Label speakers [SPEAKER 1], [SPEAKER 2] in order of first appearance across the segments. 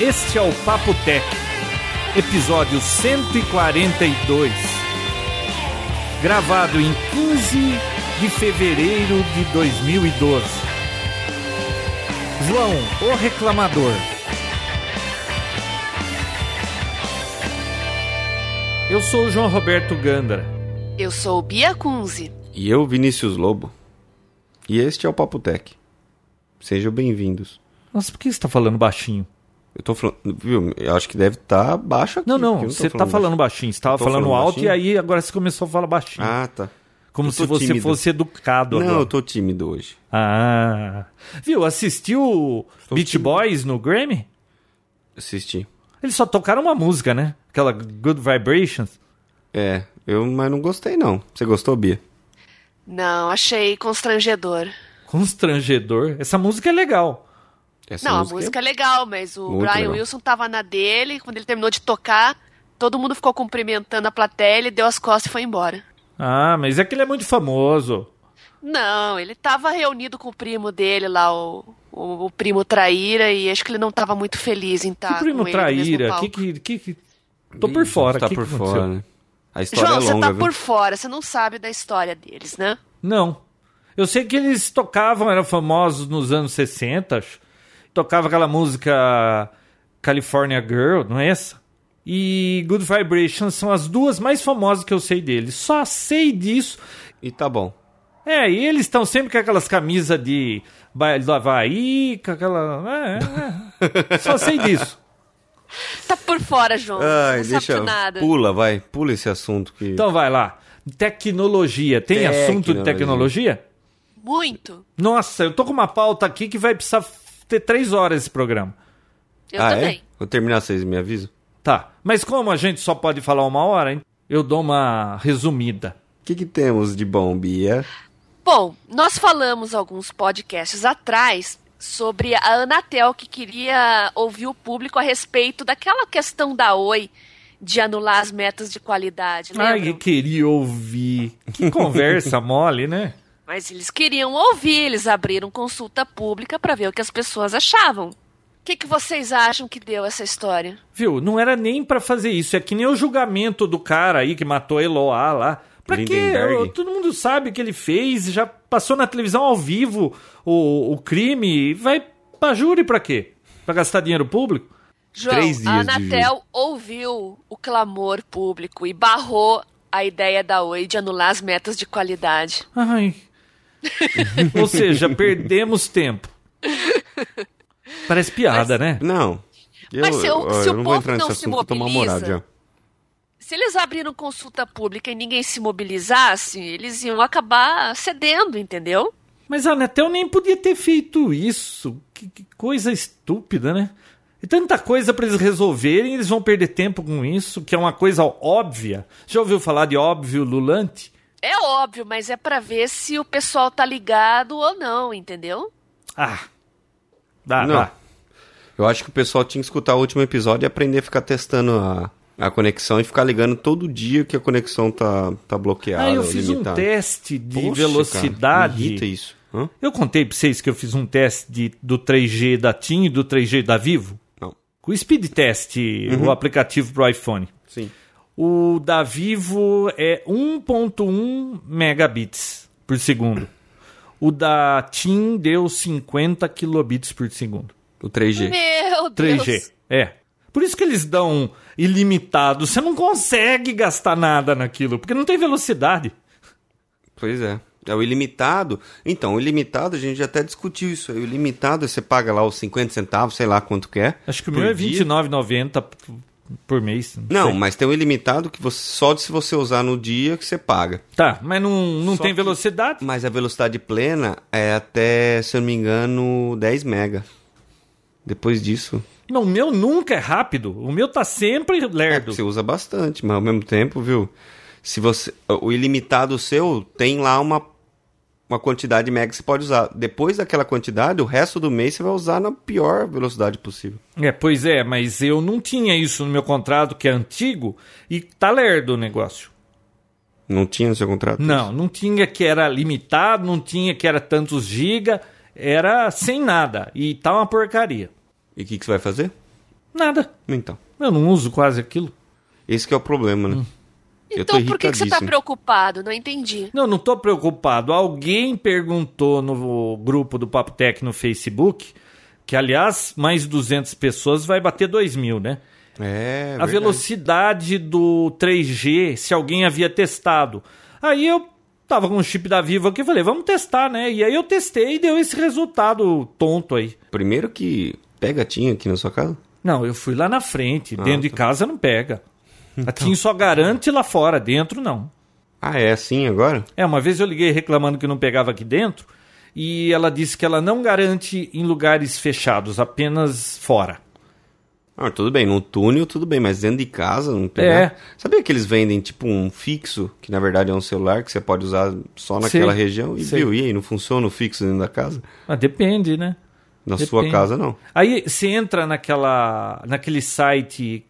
[SPEAKER 1] Este é o Papo Tech, episódio 142, gravado em 15 de fevereiro de 2012. João, o reclamador. Eu sou o João Roberto Gandra.
[SPEAKER 2] Eu sou Bia Kunze.
[SPEAKER 3] E eu, Vinícius Lobo. E este é o Papo Tech. Sejam bem-vindos.
[SPEAKER 1] Nossa, por que você tá falando baixinho?
[SPEAKER 3] Eu tô falando. Viu? Eu acho que deve estar baixo aqui.
[SPEAKER 1] Não, não,
[SPEAKER 3] porque eu
[SPEAKER 1] você
[SPEAKER 3] tô
[SPEAKER 1] tá falando
[SPEAKER 3] baixo.
[SPEAKER 1] baixinho. Você tava
[SPEAKER 3] Tô
[SPEAKER 1] falando,
[SPEAKER 3] falando
[SPEAKER 1] alto
[SPEAKER 3] baixinho?
[SPEAKER 1] e aí agora você começou a falar baixinho.
[SPEAKER 3] Ah, tá.
[SPEAKER 1] Como
[SPEAKER 3] eu
[SPEAKER 1] se
[SPEAKER 3] tô
[SPEAKER 1] você
[SPEAKER 3] tímido.
[SPEAKER 1] fosse educado
[SPEAKER 3] Não,
[SPEAKER 1] agora.
[SPEAKER 3] eu tô tímido hoje.
[SPEAKER 1] Ah. Viu, assistiu Beat
[SPEAKER 3] tímido.
[SPEAKER 1] Boys no Grammy?
[SPEAKER 3] Assisti.
[SPEAKER 1] Eles só tocaram uma música, né? Aquela Good Vibrations.
[SPEAKER 3] É, eu, mas não gostei, não. Você gostou, Bia?
[SPEAKER 2] Não, achei constrangedor.
[SPEAKER 1] Constrangedor. Essa música é legal.
[SPEAKER 3] Essa
[SPEAKER 2] Não, a música é legal, mas o
[SPEAKER 3] Muito
[SPEAKER 2] Brian
[SPEAKER 3] legal.
[SPEAKER 2] Wilson tava na dele, quando ele terminou de tocar, todo mundo ficou cumprimentando a plateia, ele deu as costas e foi embora.
[SPEAKER 1] Ah, mas é que ele é muito famoso.
[SPEAKER 2] Não, ele tava reunido com o primo dele lá, o, o, o primo Traíra, e acho que ele não tava muito feliz em estar
[SPEAKER 1] que primo
[SPEAKER 2] Tá, com ele no mesmo
[SPEAKER 1] traíra. Que,
[SPEAKER 2] palco.
[SPEAKER 1] que, que, que- Tô por fora.
[SPEAKER 3] Tá
[SPEAKER 1] que que
[SPEAKER 3] por
[SPEAKER 1] aconteceu?
[SPEAKER 3] fora, né? A história
[SPEAKER 2] João,
[SPEAKER 3] é
[SPEAKER 2] você
[SPEAKER 3] longa,
[SPEAKER 2] tá
[SPEAKER 3] viu?
[SPEAKER 2] por fora, você não sabe da história deles, né?
[SPEAKER 1] Não. Eu sei que eles tocavam, eram famosos nos anos 60. acho. Tocava aquela música California Girl, não é essa? E Good Vibrations são as duas mais famosas que eu sei deles. Só sei disso.
[SPEAKER 3] E tá bom.
[SPEAKER 1] É, e eles estão sempre com aquelas camisas de baile do Havaí, com aquela. é, é. Só sei disso.
[SPEAKER 2] Tá por fora, João.
[SPEAKER 3] Ai,
[SPEAKER 2] não
[SPEAKER 3] deixa.
[SPEAKER 2] sabe de nada.
[SPEAKER 3] Pula, vai. Pula esse assunto que.
[SPEAKER 1] Então vai lá. Tecnologia. Tem assunto de
[SPEAKER 3] Tecnologia.
[SPEAKER 1] tecnologia?
[SPEAKER 2] Muito.
[SPEAKER 1] Nossa, eu tô com uma pauta aqui que vai precisar ter três horas esse programa.
[SPEAKER 2] Eu
[SPEAKER 3] ah,
[SPEAKER 2] também.
[SPEAKER 3] é? Vou terminar, vocês me avisam?
[SPEAKER 1] Tá, mas como a gente só pode falar uma hora, hein, eu dou uma resumida.
[SPEAKER 3] O que, que temos de bom, Bia?
[SPEAKER 2] Bom, nós falamos alguns podcasts atrás sobre a Anatel que queria ouvir o público a respeito daquela questão da Oi de anular as metas de qualidade,
[SPEAKER 1] Ai,
[SPEAKER 2] lembram?
[SPEAKER 1] queria ouvir. Que conversa mole, né?
[SPEAKER 2] Mas eles queriam ouvir, eles abriram consulta pública para ver o que as pessoas achavam. O que, que vocês acham que deu essa história?
[SPEAKER 1] Viu? Não era nem pra fazer isso. É que nem o julgamento do cara aí que matou a Eloá lá. Pra quê?
[SPEAKER 3] Lindenberg.
[SPEAKER 1] Ô, Todo mundo sabe o que ele fez, já passou na televisão ao vivo o, o crime. Vai pra júri pra quê? Pra gastar dinheiro público?
[SPEAKER 2] João,
[SPEAKER 3] Três dias
[SPEAKER 2] a
[SPEAKER 3] de
[SPEAKER 2] Anatel ouviu o clamor público e barrou a ideia da Oi de anular as metas de qualidade.
[SPEAKER 1] Ai. Ou seja, perdemos tempo. Parece piada, né?
[SPEAKER 3] Não. Eu,
[SPEAKER 2] Mas se eu-
[SPEAKER 3] ó,
[SPEAKER 2] se
[SPEAKER 3] eu
[SPEAKER 2] o
[SPEAKER 3] não vou
[SPEAKER 2] povo
[SPEAKER 3] entrar nesse
[SPEAKER 2] não se
[SPEAKER 3] assunto que eu tô
[SPEAKER 2] mobiliza-
[SPEAKER 3] mal-humorado já.
[SPEAKER 2] Se eles abriram consulta pública e ninguém se mobilizasse, eles iam acabar cedendo, entendeu?
[SPEAKER 1] Mas a Anatel nem podia ter feito isso. Que, que coisa estúpida, né? E tanta coisa pra eles resolverem, eles vão perder tempo com isso, que é uma coisa óbvia. Já ouviu falar de óbvio lulante?
[SPEAKER 2] É óbvio, mas é pra ver se o pessoal tá ligado ou não, entendeu?
[SPEAKER 1] Ah. Dá,
[SPEAKER 3] Não.
[SPEAKER 1] dá.
[SPEAKER 3] Eu acho que o pessoal tinha que escutar o último episódio e aprender a ficar testando a, a conexão e ficar ligando todo dia que a conexão tá, tá bloqueada.
[SPEAKER 1] Ah, eu
[SPEAKER 3] ou
[SPEAKER 1] fiz um
[SPEAKER 3] limitada.
[SPEAKER 1] teste de
[SPEAKER 3] Poxa, Cara, me
[SPEAKER 1] velocidade.
[SPEAKER 3] irrita isso. Hã?
[SPEAKER 1] eu contei pra vocês que eu fiz um teste de- do 3G da TIM e do 3G da Vivo.
[SPEAKER 3] Não.
[SPEAKER 1] Com o Speed Test,
[SPEAKER 3] Uhum.
[SPEAKER 1] o aplicativo pro iPhone.
[SPEAKER 3] Sim.
[SPEAKER 1] O da Vivo é 1.1 megabits por segundo. O da TIM deu 50 kilobits por segundo.
[SPEAKER 3] O 3G.
[SPEAKER 2] Meu Deus!
[SPEAKER 1] 3G. É. Por isso que eles dão ilimitado. Você não consegue gastar nada naquilo, porque não tem velocidade.
[SPEAKER 3] Pois é. É o ilimitado. Então, o ilimitado, a gente já até discutiu isso. aí. O ilimitado, você paga lá os 50 centavos, sei lá quanto que é.
[SPEAKER 1] Acho que o
[SPEAKER 3] por
[SPEAKER 1] meu é
[SPEAKER 3] dia.
[SPEAKER 1] 29,90 p- por mês.
[SPEAKER 3] Não,
[SPEAKER 1] sei.
[SPEAKER 3] mas tem o ilimitado que você só se você usar no dia que você paga.
[SPEAKER 1] Tá, mas não, não
[SPEAKER 3] Só
[SPEAKER 1] tem
[SPEAKER 3] que-
[SPEAKER 1] velocidade.
[SPEAKER 3] Mas a velocidade plena é até, se eu não me engano, 10 mega. Depois disso,
[SPEAKER 1] Não, o meu nunca é rápido. O meu tá sempre lerdo.
[SPEAKER 3] você usa bastante, mas ao mesmo tempo, viu? Se você o ilimitado seu tem lá uma uma quantidade de mega que você pode usar. Depois daquela quantidade, o resto do mês você vai usar na pior velocidade possível.
[SPEAKER 1] É, pois é, mas eu não tinha isso no meu contrato, que é antigo, e tá lerdo o negócio.
[SPEAKER 3] Não tinha no seu contrato?
[SPEAKER 1] Não, não tinha que era limitado, não tinha que era tantos giga, era sem nada, e tá uma porcaria.
[SPEAKER 3] E o que, que você vai fazer?
[SPEAKER 1] Nada.
[SPEAKER 3] Então,
[SPEAKER 1] Eu não uso quase aquilo.
[SPEAKER 3] esse que é o problema,
[SPEAKER 1] Hum.
[SPEAKER 3] né? Eu tô
[SPEAKER 2] Então por que, que você tá
[SPEAKER 3] irritadíssimo.
[SPEAKER 2] preocupado? Não entendi.
[SPEAKER 1] Não, não tô preocupado. Alguém perguntou no grupo do Papo Tech no Facebook, que aliás, mais 200 pessoas vai bater 2 mil, né?
[SPEAKER 3] É,
[SPEAKER 1] a
[SPEAKER 3] verdade.
[SPEAKER 1] velocidade do 3G, se alguém havia testado. Aí eu tava com o chip da Vivo aqui e falei, vamos testar, né? E aí eu testei e deu esse resultado tonto aí.
[SPEAKER 3] Primeiro que pega tinha aqui na sua casa.
[SPEAKER 1] Não, eu fui lá na frente. dentro de
[SPEAKER 3] tá. Então.
[SPEAKER 1] casa não pega. A TIM só garante lá fora, dentro não.
[SPEAKER 3] Ah, é assim agora?
[SPEAKER 1] É, uma vez eu liguei reclamando que não pegava aqui dentro e ela disse que ela não garante em lugares fechados, apenas fora.
[SPEAKER 3] Ah, tudo bem, no túnel tudo bem, mas dentro de casa não pega.
[SPEAKER 1] É.
[SPEAKER 3] Sabia que eles vendem tipo um fixo, que na verdade é um celular que você pode usar só naquela
[SPEAKER 1] Sei,
[SPEAKER 3] região? E
[SPEAKER 1] sei.
[SPEAKER 3] viu, e aí, não funciona o fixo dentro da casa?
[SPEAKER 1] Mas depende, né?
[SPEAKER 3] Na sua
[SPEAKER 1] Depende.
[SPEAKER 3] casa não.
[SPEAKER 1] Aí você entra naquela, naquele site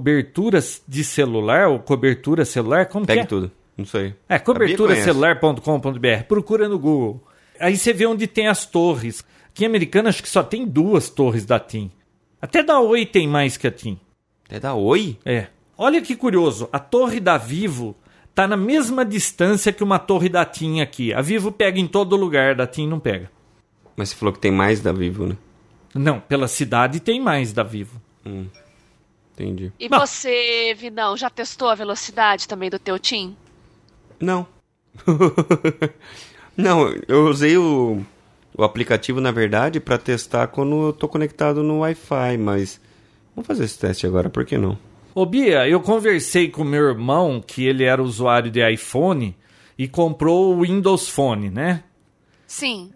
[SPEAKER 1] coberturas de celular ou cobertura celular, como
[SPEAKER 3] Pega
[SPEAKER 1] que é?
[SPEAKER 3] tudo, não
[SPEAKER 1] É,
[SPEAKER 3] sei. A Bia conhece.
[SPEAKER 1] coberturacelular.com.br. Procura no Google. Aí você vê onde tem as torres. Aqui em Americana acho que só tem duas torres da TIM. Até da Oi tem mais que a TIM.
[SPEAKER 3] É da Oi?
[SPEAKER 1] É. Olha que curioso, a torre da Vivo tá na mesma distância que uma torre da TIM aqui. A Vivo pega em todo lugar, da TIM não pega.
[SPEAKER 3] Mas você falou que tem mais da Vivo, né?
[SPEAKER 1] Não, pela cidade tem mais da Vivo.
[SPEAKER 3] Entendi.
[SPEAKER 2] E
[SPEAKER 1] Não.
[SPEAKER 2] você, Vinão, já testou a velocidade também do teu Tim?
[SPEAKER 3] Não. não, eu usei o, o aplicativo, na verdade, pra testar quando eu tô conectado no Wi-Fi, mas. Vamos fazer esse teste agora, por que não?
[SPEAKER 1] Ô Bia, eu conversei com meu irmão, que ele era usuário de iPhone, e comprou o Windows Phone, né?
[SPEAKER 2] Sim.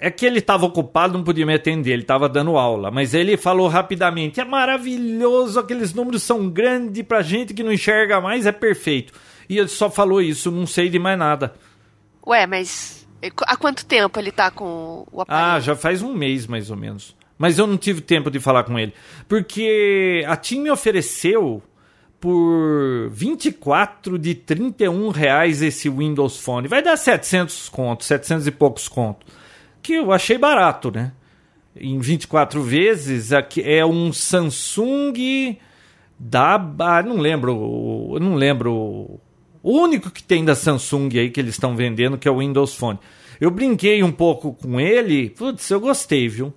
[SPEAKER 1] É que ele estava ocupado, não podia me atender, ele estava dando aula. Mas ele falou rapidamente: é maravilhoso, aqueles números são grandes pra gente que não enxerga mais, é perfeito. E ele só falou isso, não sei de mais nada.
[SPEAKER 2] Ué, mas e qu- há quanto tempo ele tá com o
[SPEAKER 1] Ah,
[SPEAKER 2] aparelho?
[SPEAKER 1] já faz um mês mais ou menos. Mas eu não tive tempo de falar com ele. Porque a TIM me ofereceu por 24 de 31 reais esse Windows Phone. Vai dar 700 conto, 700 e poucos conto. Que eu achei barato, né? Em 24 vezes, aqui é um Samsung da... Ah, não lembro, o- eu não lembro... o- O único que tem da Samsung aí que eles estão vendendo, que é o Windows Phone. Eu brinquei um pouco com ele, putz, eu gostei, viu?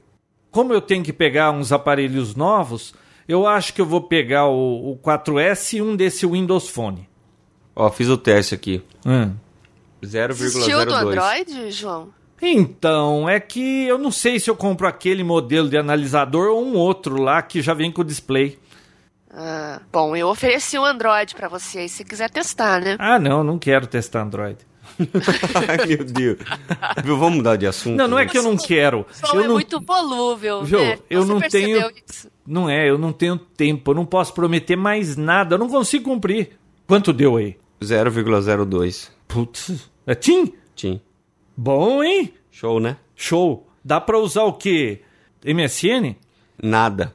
[SPEAKER 1] Como eu tenho que pegar uns aparelhos novos, eu acho que eu vou pegar o, o 4S e um desse Windows Phone.
[SPEAKER 3] Ó, fiz o teste aqui.
[SPEAKER 1] Hum.
[SPEAKER 2] Desistiu do
[SPEAKER 3] 0,02.
[SPEAKER 2] Android, João?
[SPEAKER 1] Então, é que eu não sei se eu compro aquele modelo de analisador ou um outro lá que já vem com o display.
[SPEAKER 2] Ah, bom, eu ofereci um Android pra você aí, se quiser testar, né?
[SPEAKER 1] Ah, não, não quero testar Android.
[SPEAKER 3] Ai, meu Deus. Viu, vamos mudar de assunto.
[SPEAKER 1] Não, não é que eu não quero.
[SPEAKER 2] João
[SPEAKER 1] Eu
[SPEAKER 2] é
[SPEAKER 1] não,
[SPEAKER 2] muito volúvel,
[SPEAKER 1] Viu,
[SPEAKER 2] né?
[SPEAKER 1] eu
[SPEAKER 2] você
[SPEAKER 1] não
[SPEAKER 2] percebeu
[SPEAKER 1] tenho-
[SPEAKER 2] isso.
[SPEAKER 1] não é, eu não tenho tempo, eu não posso prometer mais nada, eu não consigo cumprir. Quanto deu aí?
[SPEAKER 3] 0,02.
[SPEAKER 1] Putz, é TIM?
[SPEAKER 3] Tim.
[SPEAKER 1] Bom, hein?
[SPEAKER 3] Show, né?
[SPEAKER 1] Show. Dá pra usar o quê? MSN?
[SPEAKER 3] Nada.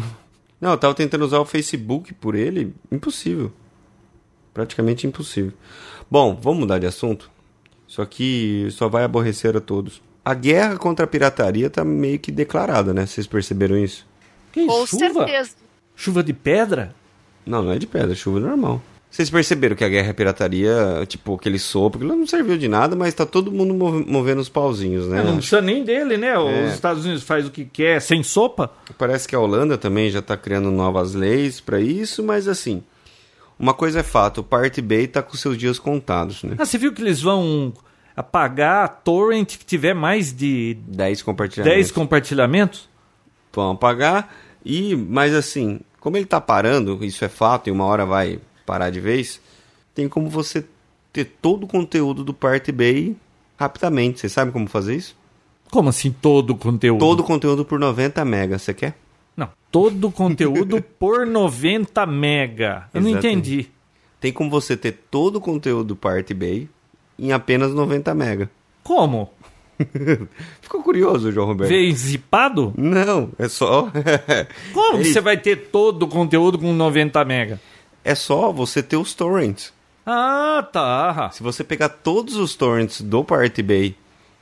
[SPEAKER 3] não, eu tava tentando usar o Facebook por ele. Impossível. Praticamente impossível. Bom, vamos mudar de assunto. Isso aqui só vai aborrecer a todos. A guerra contra a pirataria tá meio que declarada, né? Vocês perceberam isso?
[SPEAKER 1] Que
[SPEAKER 2] Com
[SPEAKER 1] chuva?
[SPEAKER 2] certeza.
[SPEAKER 1] Chuva de pedra?
[SPEAKER 3] Não, não é de pedra, chuva é normal. Vocês perceberam que a guerra à pirataria, tipo, aquele sopro, aquilo não serviu de nada, mas tá todo mundo mov- movendo os pauzinhos, né?
[SPEAKER 1] É, não precisa nem dele, né?
[SPEAKER 3] É.
[SPEAKER 1] Os Estados Unidos faz o que quer, sem sopa.
[SPEAKER 3] Parece que a Holanda também já está criando novas leis para isso, mas assim, uma coisa é fato, o Pirate Bay tá com seus dias contados, né?
[SPEAKER 1] Ah, você viu que eles vão apagar a torrent que tiver mais de
[SPEAKER 3] 10 compartilhamentos.
[SPEAKER 1] 10 compartilhamentos?
[SPEAKER 3] vão pagar. E, mas assim, como ele tá parando, isso é fato, e uma hora vai parar de vez, tem como você ter todo o conteúdo do Pirate Bay rapidamente. Você sabe como fazer isso?
[SPEAKER 1] Como assim todo o conteúdo?
[SPEAKER 3] Todo o conteúdo por 90 mega, você quer?
[SPEAKER 1] Não, todo o conteúdo por 90 mega. Eu não
[SPEAKER 3] Exatamente.
[SPEAKER 1] entendi.
[SPEAKER 3] Tem como você ter todo o conteúdo do Pirate Bay em apenas 90 mega.
[SPEAKER 1] Como?
[SPEAKER 3] Ficou curioso, João Roberto?
[SPEAKER 1] Veio zipado?
[SPEAKER 3] Não, é só.
[SPEAKER 1] Como
[SPEAKER 3] É
[SPEAKER 1] que
[SPEAKER 3] isso.
[SPEAKER 1] você vai ter todo o conteúdo com 90 mega?
[SPEAKER 3] é só você ter os torrents.
[SPEAKER 1] Ah, tá.
[SPEAKER 3] Se você pegar todos os torrents do Pirate Bay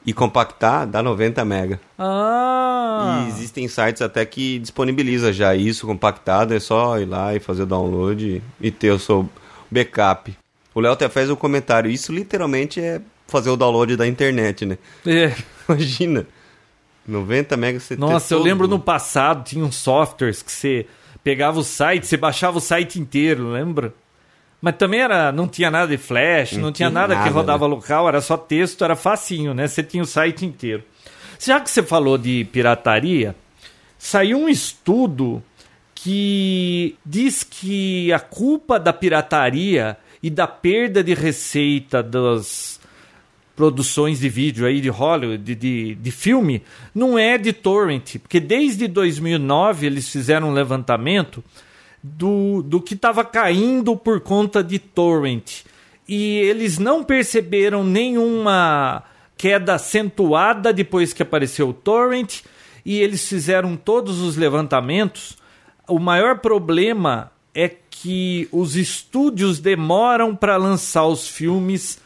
[SPEAKER 3] E compactar dá 90 mega.
[SPEAKER 1] Ah!
[SPEAKER 3] E existem sites até que disponibiliza já isso compactado, é só ir lá e fazer o download e, e ter o seu backup. O Léo até fez um comentário, isso literalmente é fazer o download da internet, né?
[SPEAKER 1] É.
[SPEAKER 3] Imagina. 90 mega você ter
[SPEAKER 1] Nossa, eu
[SPEAKER 3] todo.
[SPEAKER 1] lembro no passado tinha uns softwares que você pegava o site, você baixava o site inteiro, lembra? Mas também era, não tinha nada de flash, não, tinha
[SPEAKER 3] tinha
[SPEAKER 1] nada, que
[SPEAKER 3] nada, né?
[SPEAKER 1] rodava local, era só texto, era facinho, né? Você tinha o site inteiro. Já que você falou de pirataria, saiu um estudo que diz que a culpa da pirataria e da perda de receita das produções de vídeo aí de Hollywood, de, de, de filme, não é de torrent, porque desde 2009 eles fizeram um levantamento do, do que estava caindo por conta de torrent. E eles não perceberam nenhuma queda acentuada depois que apareceu o torrent, e eles fizeram todos os levantamentos. O maior problema é que os estúdios demoram para lançar os filmes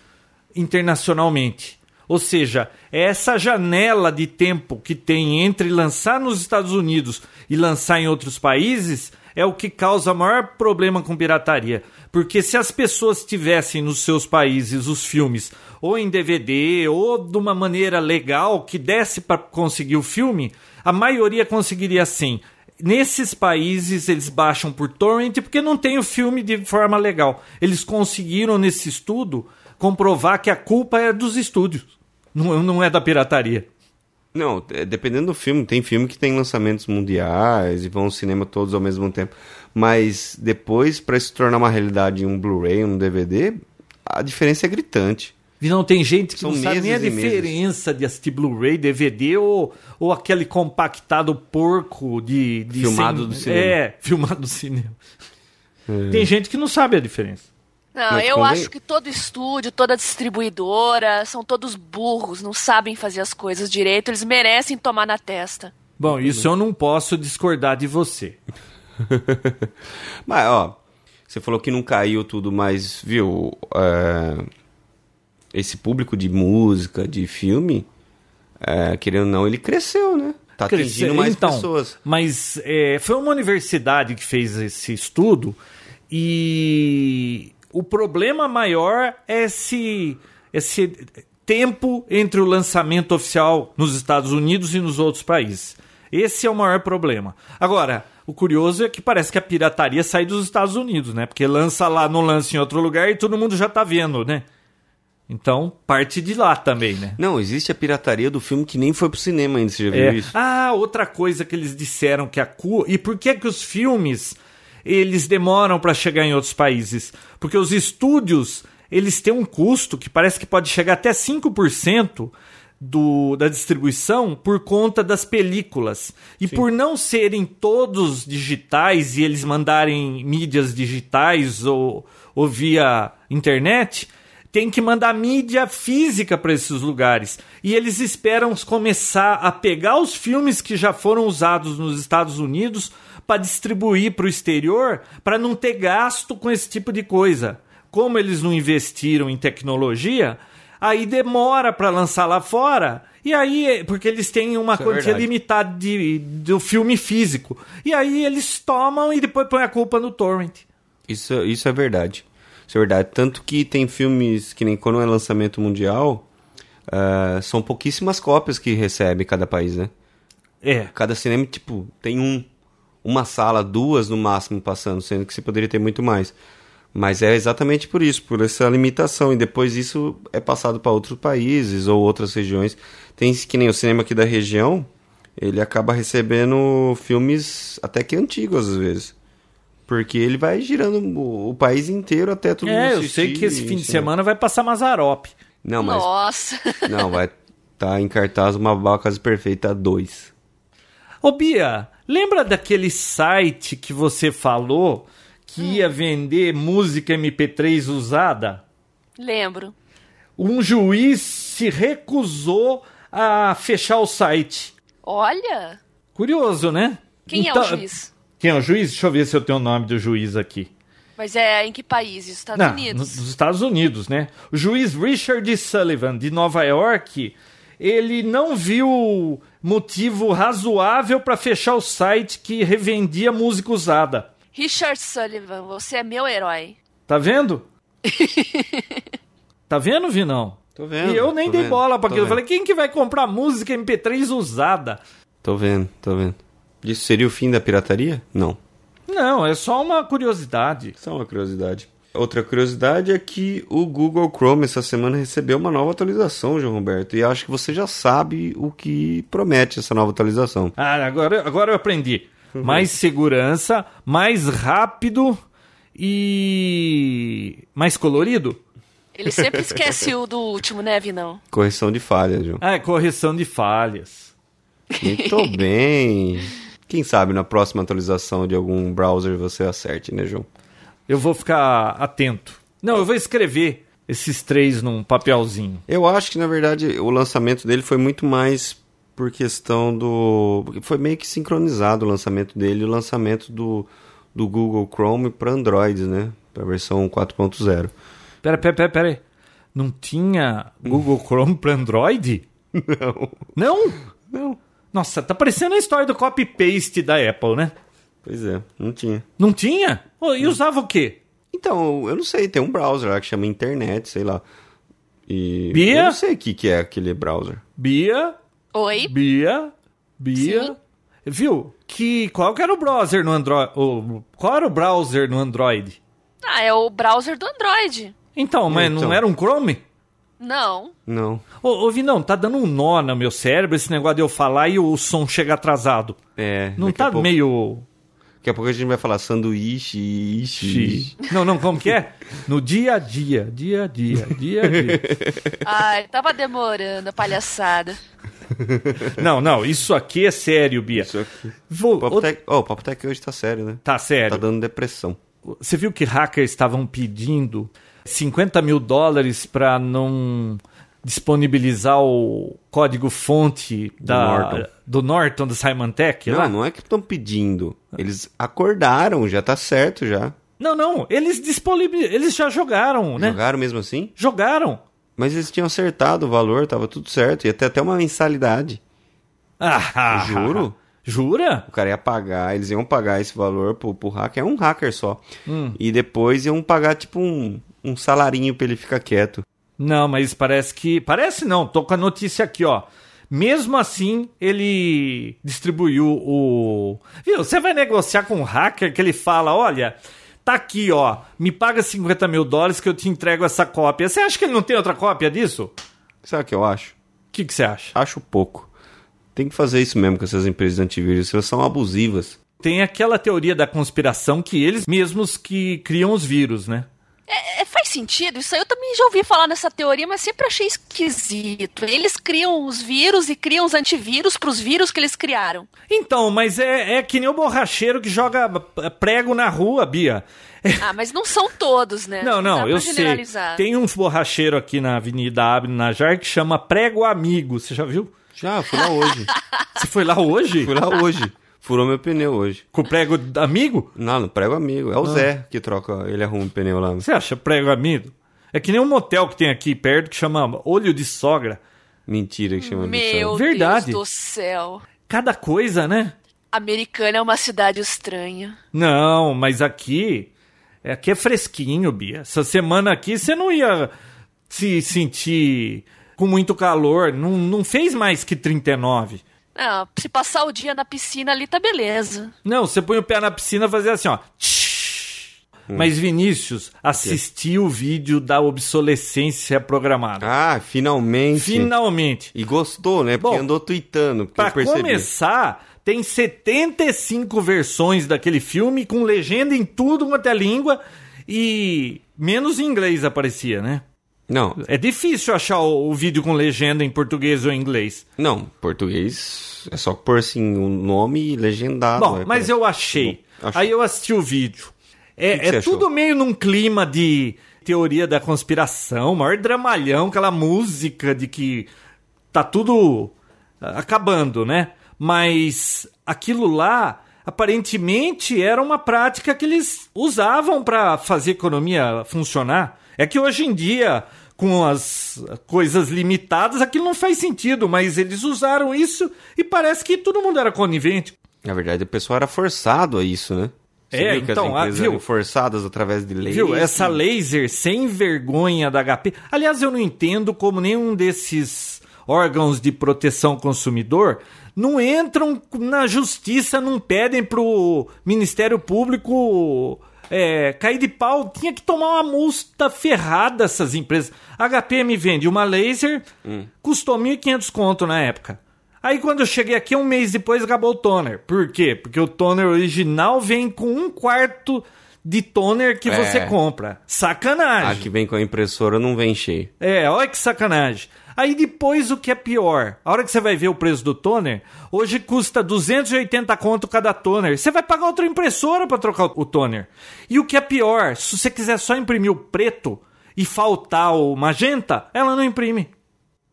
[SPEAKER 1] internacionalmente. Ou seja, é essa janela de tempo que tem entre lançar nos Estados Unidos e lançar em outros países é o que causa maior problema com pirataria. Porque se as pessoas tivessem nos seus países os filmes ou em DVD ou de uma maneira legal que desse para conseguir o filme, a maioria conseguiria sim. Nesses países eles baixam por torrent porque não tem o filme de forma legal. Eles conseguiram nesse estudo comprovar que a culpa é dos estúdios, não, não é da pirataria.
[SPEAKER 3] Não, é, dependendo do filme, tem filme que tem lançamentos mundiais e vão ao cinema todos ao mesmo tempo. Mas depois, para se tornar uma realidade em um Blu-ray, um DVD, a diferença é gritante.
[SPEAKER 1] E não tem gente que
[SPEAKER 3] São
[SPEAKER 1] não sabe nem a
[SPEAKER 3] meses e meses.
[SPEAKER 1] diferença de assistir Blu-ray, DVD ou, ou aquele compactado porco de, de
[SPEAKER 3] Filmado
[SPEAKER 1] cem-
[SPEAKER 3] do cinema. É.
[SPEAKER 1] É, filmado do cinema. Tem gente que não sabe a diferença.
[SPEAKER 2] Não,
[SPEAKER 3] Mas
[SPEAKER 2] eu
[SPEAKER 3] convém-
[SPEAKER 2] acho que todo estúdio, toda distribuidora, são todos burros, não sabem fazer as coisas direito, eles merecem tomar na testa.
[SPEAKER 1] Bom, isso eu não posso discordar de você.
[SPEAKER 3] Mas, ó, você falou que não caiu tudo, mas, viu, é, esse público de música, de filme, é, querendo ou não, ele cresceu, né? Tá
[SPEAKER 1] Crescer.
[SPEAKER 3] atingindo mais
[SPEAKER 1] então,
[SPEAKER 3] pessoas.
[SPEAKER 1] Mas é, foi uma universidade que fez esse estudo e o problema maior é esse, esse tempo entre o lançamento oficial nos Estados Unidos e nos outros países. Esse é o maior problema. Agora, o curioso é que parece que a pirataria sai dos Estados Unidos, né? Porque lança lá, não lança em outro lugar e todo mundo já tá vendo, né? Então, parte de lá também, né?
[SPEAKER 3] Não, existe a pirataria do filme que nem foi pro cinema ainda, você já viu
[SPEAKER 1] É.
[SPEAKER 3] isso?
[SPEAKER 1] Ah, outra coisa que eles disseram que a cu... E por que que os filmes eles demoram para chegar em outros países? Porque os estúdios, eles têm um custo que parece que pode chegar até 5% do, da distribuição por conta das películas. E por não serem todos digitais e eles mandarem mídias digitais ou, ou via internet, tem que mandar mídia física para esses lugares. E eles esperam começar a pegar os filmes que já foram usados nos Estados Unidos para distribuir para o exterior, para não ter gasto com esse tipo de coisa. Como eles não investiram em tecnologia, aí demora para lançar lá fora. E aí, porque eles têm uma
[SPEAKER 3] Isso é
[SPEAKER 1] quantia
[SPEAKER 3] verdade.
[SPEAKER 1] limitada de, do filme físico. E aí eles tomam e depois põem a culpa no torrent.
[SPEAKER 3] Isso, isso é verdade. Isso é verdade. Tanto que tem filmes que nem quando é lançamento mundial, ah, são pouquíssimas cópias que recebe cada país, né?
[SPEAKER 1] É.
[SPEAKER 3] Cada cinema, tipo, tem um, uma sala, duas no máximo passando, sendo que você poderia ter muito mais. Mas é exatamente por isso, por essa limitação. E depois isso é passado para outros países ou outras regiões. Tem esse- que nem o cinema aqui da região, ele acaba recebendo filmes até que antigos às vezes. Porque ele vai girando o, o país inteiro até todo mundo
[SPEAKER 1] É, eu
[SPEAKER 3] assistir, né?
[SPEAKER 1] sei que esse fim de
[SPEAKER 3] enfim.
[SPEAKER 1] semana vai passar Mazarop.
[SPEAKER 3] Não, mas.
[SPEAKER 2] Nossa.
[SPEAKER 3] Não, vai tá em cartaz uma Bacas Perfeita 2.
[SPEAKER 1] Ô Bia, lembra daquele site que você falou que
[SPEAKER 2] Hum.
[SPEAKER 1] ia vender música MP3 usada?
[SPEAKER 2] Lembro.
[SPEAKER 1] Um juiz se recusou a fechar o site.
[SPEAKER 2] Olha,
[SPEAKER 1] Curioso, né?
[SPEAKER 2] quem
[SPEAKER 1] Então-
[SPEAKER 2] é o juiz?
[SPEAKER 1] Quem é o juiz? Deixa eu ver se eu tenho o nome do juiz aqui.
[SPEAKER 2] Mas é em que país? Estados
[SPEAKER 1] Não,
[SPEAKER 2] Unidos?
[SPEAKER 1] Nos Estados Unidos, né? O juiz Richard Sullivan, de Nova York, ele não viu motivo razoável para fechar o site que revendia música usada.
[SPEAKER 2] Richard Sullivan, você é meu herói.
[SPEAKER 1] Tá vendo? tá vendo, Vinão?
[SPEAKER 3] Tô Tá vendo.
[SPEAKER 1] e eu nem
[SPEAKER 3] tô
[SPEAKER 1] dei
[SPEAKER 3] vendo,
[SPEAKER 1] bola pra
[SPEAKER 3] tô
[SPEAKER 1] aquilo. Eu falei,
[SPEAKER 3] vendo.
[SPEAKER 1] quem que vai comprar música MP3 usada?
[SPEAKER 3] Tô vendo, tô vendo. Isso seria o fim da pirataria? Não.
[SPEAKER 1] Não, é só uma curiosidade.
[SPEAKER 3] Só uma curiosidade. Outra curiosidade é que o Google Chrome essa semana recebeu uma nova atualização, João Roberto. E acho que você já sabe o que promete essa nova atualização.
[SPEAKER 1] Ah, agora, agora eu aprendi. Mais segurança, mais rápido e mais colorido.
[SPEAKER 2] Ele sempre esquece o do último, né, Vinão?
[SPEAKER 3] Correção de falha, João.
[SPEAKER 1] Ah, é correção de falhas.
[SPEAKER 3] Muito bem. Quem sabe na próxima atualização de algum browser você acerte, né, João?
[SPEAKER 1] Eu vou ficar atento. Não, eu vou escrever esses três num papelzinho.
[SPEAKER 3] Eu acho que, na verdade, o lançamento dele foi muito mais por questão do. Foi meio que sincronizado o lançamento dele e o lançamento do, do Google Chrome para Android, né? Para a versão 4.0.
[SPEAKER 1] Pera, pera, pera, pera. aí. Não tinha Google Chrome para Android? Não. Não?
[SPEAKER 3] Não.
[SPEAKER 1] Nossa, tá parecendo a história do copy-paste da Apple, né?
[SPEAKER 3] Pois é, não tinha.
[SPEAKER 1] Não tinha? Ô, e usava o quê?
[SPEAKER 3] Então, eu não sei, tem um browser lá que chama internet, sei lá. E.
[SPEAKER 1] Bia?
[SPEAKER 3] Eu não sei o que, que é aquele browser.
[SPEAKER 1] Bia,
[SPEAKER 2] Oi?
[SPEAKER 1] Bia, Bia.
[SPEAKER 2] Sim.
[SPEAKER 1] Viu? Que, qual que era o browser no Android? Qual era o browser no Android?
[SPEAKER 2] Ah, é o browser do Android.
[SPEAKER 1] Então, mas não
[SPEAKER 3] Então.
[SPEAKER 1] era um Chrome?
[SPEAKER 2] Não.
[SPEAKER 3] Não.
[SPEAKER 1] Ô, ô, Vinão, tá dando um nó no meu cérebro esse negócio de eu falar e o som chega atrasado.
[SPEAKER 3] É.
[SPEAKER 1] Não
[SPEAKER 3] daqui
[SPEAKER 1] tá
[SPEAKER 3] a pouco,
[SPEAKER 1] meio...
[SPEAKER 3] Daqui a pouco a gente vai falar sanduíche, ishi, ishi.
[SPEAKER 1] Não, não, como que é? No dia a dia, dia a dia, dia a dia.
[SPEAKER 2] Ai, tava demorando a palhaçada.
[SPEAKER 1] Não, não, isso aqui é sério, Bia.
[SPEAKER 3] Isso aqui.
[SPEAKER 1] Vou-
[SPEAKER 3] O Papo
[SPEAKER 1] ô,
[SPEAKER 3] Tech- ó, o Papo Tech hoje tá sério, né?
[SPEAKER 1] Tá
[SPEAKER 3] Tá
[SPEAKER 1] sério.
[SPEAKER 3] dando depressão.
[SPEAKER 1] Você viu que hackers estavam pedindo 50 mil dólares para não disponibilizar o código-fonte da-
[SPEAKER 3] Norton.
[SPEAKER 1] do né? Norton, da Symantec?
[SPEAKER 3] não,
[SPEAKER 1] lá?
[SPEAKER 3] não é que estão pedindo. Eles acordaram, já tá certo já.
[SPEAKER 1] não, não, eles disponibilizaram, eles já jogaram, né?
[SPEAKER 3] Jogaram mesmo assim?
[SPEAKER 1] Jogaram.
[SPEAKER 3] Mas eles tinham acertado o valor, tava tudo certo. Ia ter até uma mensalidade.
[SPEAKER 1] Ah,
[SPEAKER 3] Juro?
[SPEAKER 1] Jura?
[SPEAKER 3] O cara ia pagar, eles iam pagar esse valor pro, pro hacker. É um hacker só. E depois iam pagar, tipo, um, um salarinho pra ele ficar quieto.
[SPEAKER 1] Não, mas parece que. Parece não, tô com a notícia aqui, ó. Mesmo assim, ele distribuiu o. Viu? Você vai negociar com um hacker que ele fala: olha, tá aqui, ó, me paga 50 mil dólares que eu te entrego essa cópia. Você acha que ele não tem outra cópia disso?
[SPEAKER 3] Sabe o que eu acho?
[SPEAKER 1] O que, que você acha?
[SPEAKER 3] Acho pouco. Tem que fazer isso mesmo com essas empresas de antivírus. Elas são abusivas.
[SPEAKER 1] Tem aquela teoria da conspiração que eles mesmos que criam os vírus, né?
[SPEAKER 2] É, faz sentido? Isso aí eu também já ouvi falar nessa teoria, mas sempre achei esquisito. Eles criam os vírus e criam os antivírus pros vírus que eles criaram.
[SPEAKER 1] Então, mas é, é que nem o borracheiro que joga eh, prego na rua, Bia.
[SPEAKER 2] Ah, mas não são todos, né?
[SPEAKER 1] Não,
[SPEAKER 2] dá
[SPEAKER 1] não,
[SPEAKER 2] pra
[SPEAKER 1] eu sei.
[SPEAKER 2] generalizar.
[SPEAKER 1] Tem um borracheiro aqui na Avenida Abre Najar que chama Prego Amigo. Você já viu?
[SPEAKER 3] Já, fui lá hoje.
[SPEAKER 1] Você foi lá hoje?
[SPEAKER 3] fui lá hoje. Furou meu pneu hoje.
[SPEAKER 1] Com o prego amigo?
[SPEAKER 3] Não, no prego amigo. É o
[SPEAKER 1] Ah.
[SPEAKER 3] Zé que troca, ele arruma o pneu lá.
[SPEAKER 1] Você acha prego amigo? É que nem um motel que tem aqui perto que chama Olho de Sogra.
[SPEAKER 3] Mentira que chama
[SPEAKER 2] Meu
[SPEAKER 3] de
[SPEAKER 1] Verdade.
[SPEAKER 2] Deus do céu.
[SPEAKER 1] Cada coisa, né?
[SPEAKER 2] Americana é uma cidade estranha.
[SPEAKER 1] Não, mas aqui. é- Aqui é fresquinho, Bia. Essa semana aqui você não ia se sentir com muito calor. Não, não fez mais que 39.
[SPEAKER 2] Não, se passar o dia na piscina ali, tá beleza.
[SPEAKER 1] Não, você põe o pé na piscina e fazia assim, ó.
[SPEAKER 3] Hum.
[SPEAKER 1] Mas Vinícius assistiu o vídeo da obsolescência programada.
[SPEAKER 3] Ah, finalmente.
[SPEAKER 1] Finalmente.
[SPEAKER 3] E gostou, né? Porque
[SPEAKER 1] Bom,
[SPEAKER 3] andou tweetando, porque
[SPEAKER 1] Pra
[SPEAKER 3] eu percebi.
[SPEAKER 1] começar, tem 75 versões daquele filme com legenda em tudo quanto é língua e menos em inglês aparecia, né?
[SPEAKER 3] Não,
[SPEAKER 1] É difícil achar o, o vídeo com legenda em português ou em inglês.
[SPEAKER 3] não, português é só pôr assim o nome e legendado.
[SPEAKER 1] Bom,
[SPEAKER 3] né,
[SPEAKER 1] mas
[SPEAKER 3] cara?
[SPEAKER 1] eu achei.
[SPEAKER 3] Bom, achou.
[SPEAKER 1] Aí eu assisti o vídeo. É,
[SPEAKER 3] Que que
[SPEAKER 1] é
[SPEAKER 3] você achou?
[SPEAKER 1] tudo meio num clima de teoria da conspiração, maior dramalhão, aquela música de que tá tudo ah, acabando, né? Mas aquilo lá aparentemente era uma prática que eles usavam para fazer a economia funcionar. É que hoje em dia, com as coisas limitadas, aquilo não faz sentido, mas eles usaram isso e parece que todo mundo era conivente.
[SPEAKER 3] Na verdade, o pessoal era forçado a isso, né? Você
[SPEAKER 1] É,
[SPEAKER 3] viu que
[SPEAKER 1] então, ah,
[SPEAKER 3] as empresas
[SPEAKER 1] viu?
[SPEAKER 3] eram forçadas através de leis.
[SPEAKER 1] Viu? Essa laser sem vergonha da HP. Aliás, eu não entendo como nenhum desses órgãos de proteção ao consumidor não entram na justiça, não pedem pro Ministério Público é, cair de pau. Tinha que tomar uma multa ferrada essas empresas. A HP me vende uma laser, custou 1.500 conto na época. Aí quando eu cheguei aqui, um mês depois, acabou o toner. Por quê? Porque o toner original vem com um quarto de toner que
[SPEAKER 3] É.
[SPEAKER 1] você compra.
[SPEAKER 3] A
[SPEAKER 1] Sacanagem.
[SPEAKER 3] que vem com a impressora não vem cheio.
[SPEAKER 1] É, olha que sacanagem. Aí depois o que é pior? A hora que você vai ver o preço do toner, hoje custa 280 conto cada toner. Você vai pagar outra impressora pra trocar o toner. E o que é pior, se você quiser só imprimir o preto e faltar o magenta, ela não imprime.